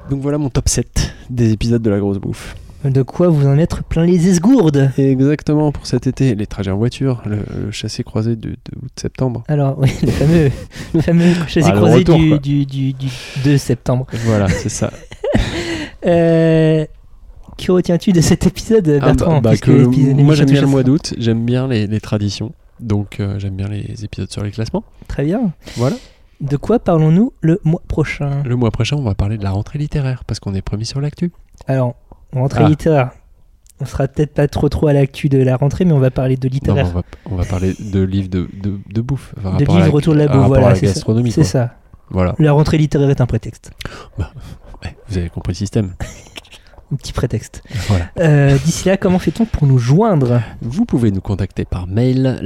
S2: Donc voilà mon top 7 des épisodes de la grosse bouffe.
S1: De quoi vous en mettre plein les esgourdes
S2: Et exactement pour cet été, les trajets en voiture, le, le chassé croisé de, de août-septembre.
S1: alors, oui, le fameux, le fameux chassé
S2: Ah, le
S1: croisé
S2: retour,
S1: du,
S2: quoi.
S1: du, du- du 2 septembre.
S2: Voilà, c'est ça.
S1: Euh, que retiens-tu de cet épisode,
S2: Ah,
S1: Bertrand
S2: bah, bah,
S1: puisque
S2: que
S1: l'épisode-
S2: moi
S1: l'émission
S2: j'aime bien le
S1: touche à
S2: mois
S1: sa fin.
S2: d'août, j'aime bien les, les traditions, donc euh, j'aime bien les épisodes sur les classements.
S1: Très bien.
S2: Voilà.
S1: De quoi parlons-nous le mois prochain
S2: Le mois prochain, on va parler de la rentrée littéraire parce qu'on est promis sur l'actu.
S1: Alors, rentrée
S2: Ah.
S1: littéraire. On sera peut-être pas trop trop à l'actu de la rentrée, mais on va parler de
S2: Non, mais
S1: littéraire.
S2: on, va, on va parler de livres de, de, de bouffe, enfin,
S1: de
S2: rapport à
S1: livres
S2: la-
S1: autour de la
S2: par
S1: bouffe,
S2: rapport à
S1: voilà,
S2: la
S1: c'est ça.
S2: gastronomie.
S1: C'est
S2: quoi.
S1: ça.
S2: Voilà,
S1: La rentrée littéraire est un prétexte,
S2: Ouais, vous avez compris le système.
S1: un petit prétexte.
S2: Voilà.
S1: Euh, D'ici là, comment fait-on pour nous joindre
S2: Vous pouvez nous contacter par mail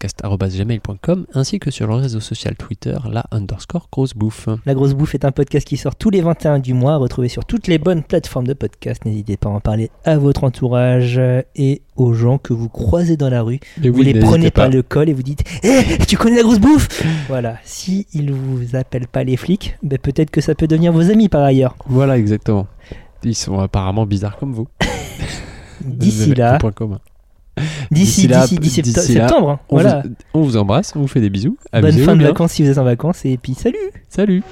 S2: lagrossebouffepodcast.com ainsi que sur le réseau social Twitter la underscore grossebouffe.
S1: La Grosse Bouffe est un podcast qui sort tous les 21 du mois, retrouvé sur toutes les bonnes plateformes de podcast. N'hésitez pas à en parler à votre entourage euh, et aux gens que vous croisez dans la rue.
S2: Et
S1: vous les prenez par le col et vous dites Eh, tu connais la grosse bouffe Voilà, si ils vous appellent pas les flics, ben peut-être que ça peut devenir vos amis par ailleurs.
S2: Voilà, exactement. Ils sont apparemment bizarres comme vous. Vous
S1: D'ici
S2: avez
S1: là,
S2: un point commun.
S1: d'ici
S2: d'ici là,
S1: d'ici d'ici septem-
S2: d'ici là,
S1: septembre, hein.
S2: On, Ah,
S1: voilà.
S2: vous, on vous embrasse, on vous fait des bisous.
S1: Bonne
S2: Amusez-vous
S1: fin de
S2: bien.
S1: vacances si vous êtes en vacances et puis salut
S2: Salut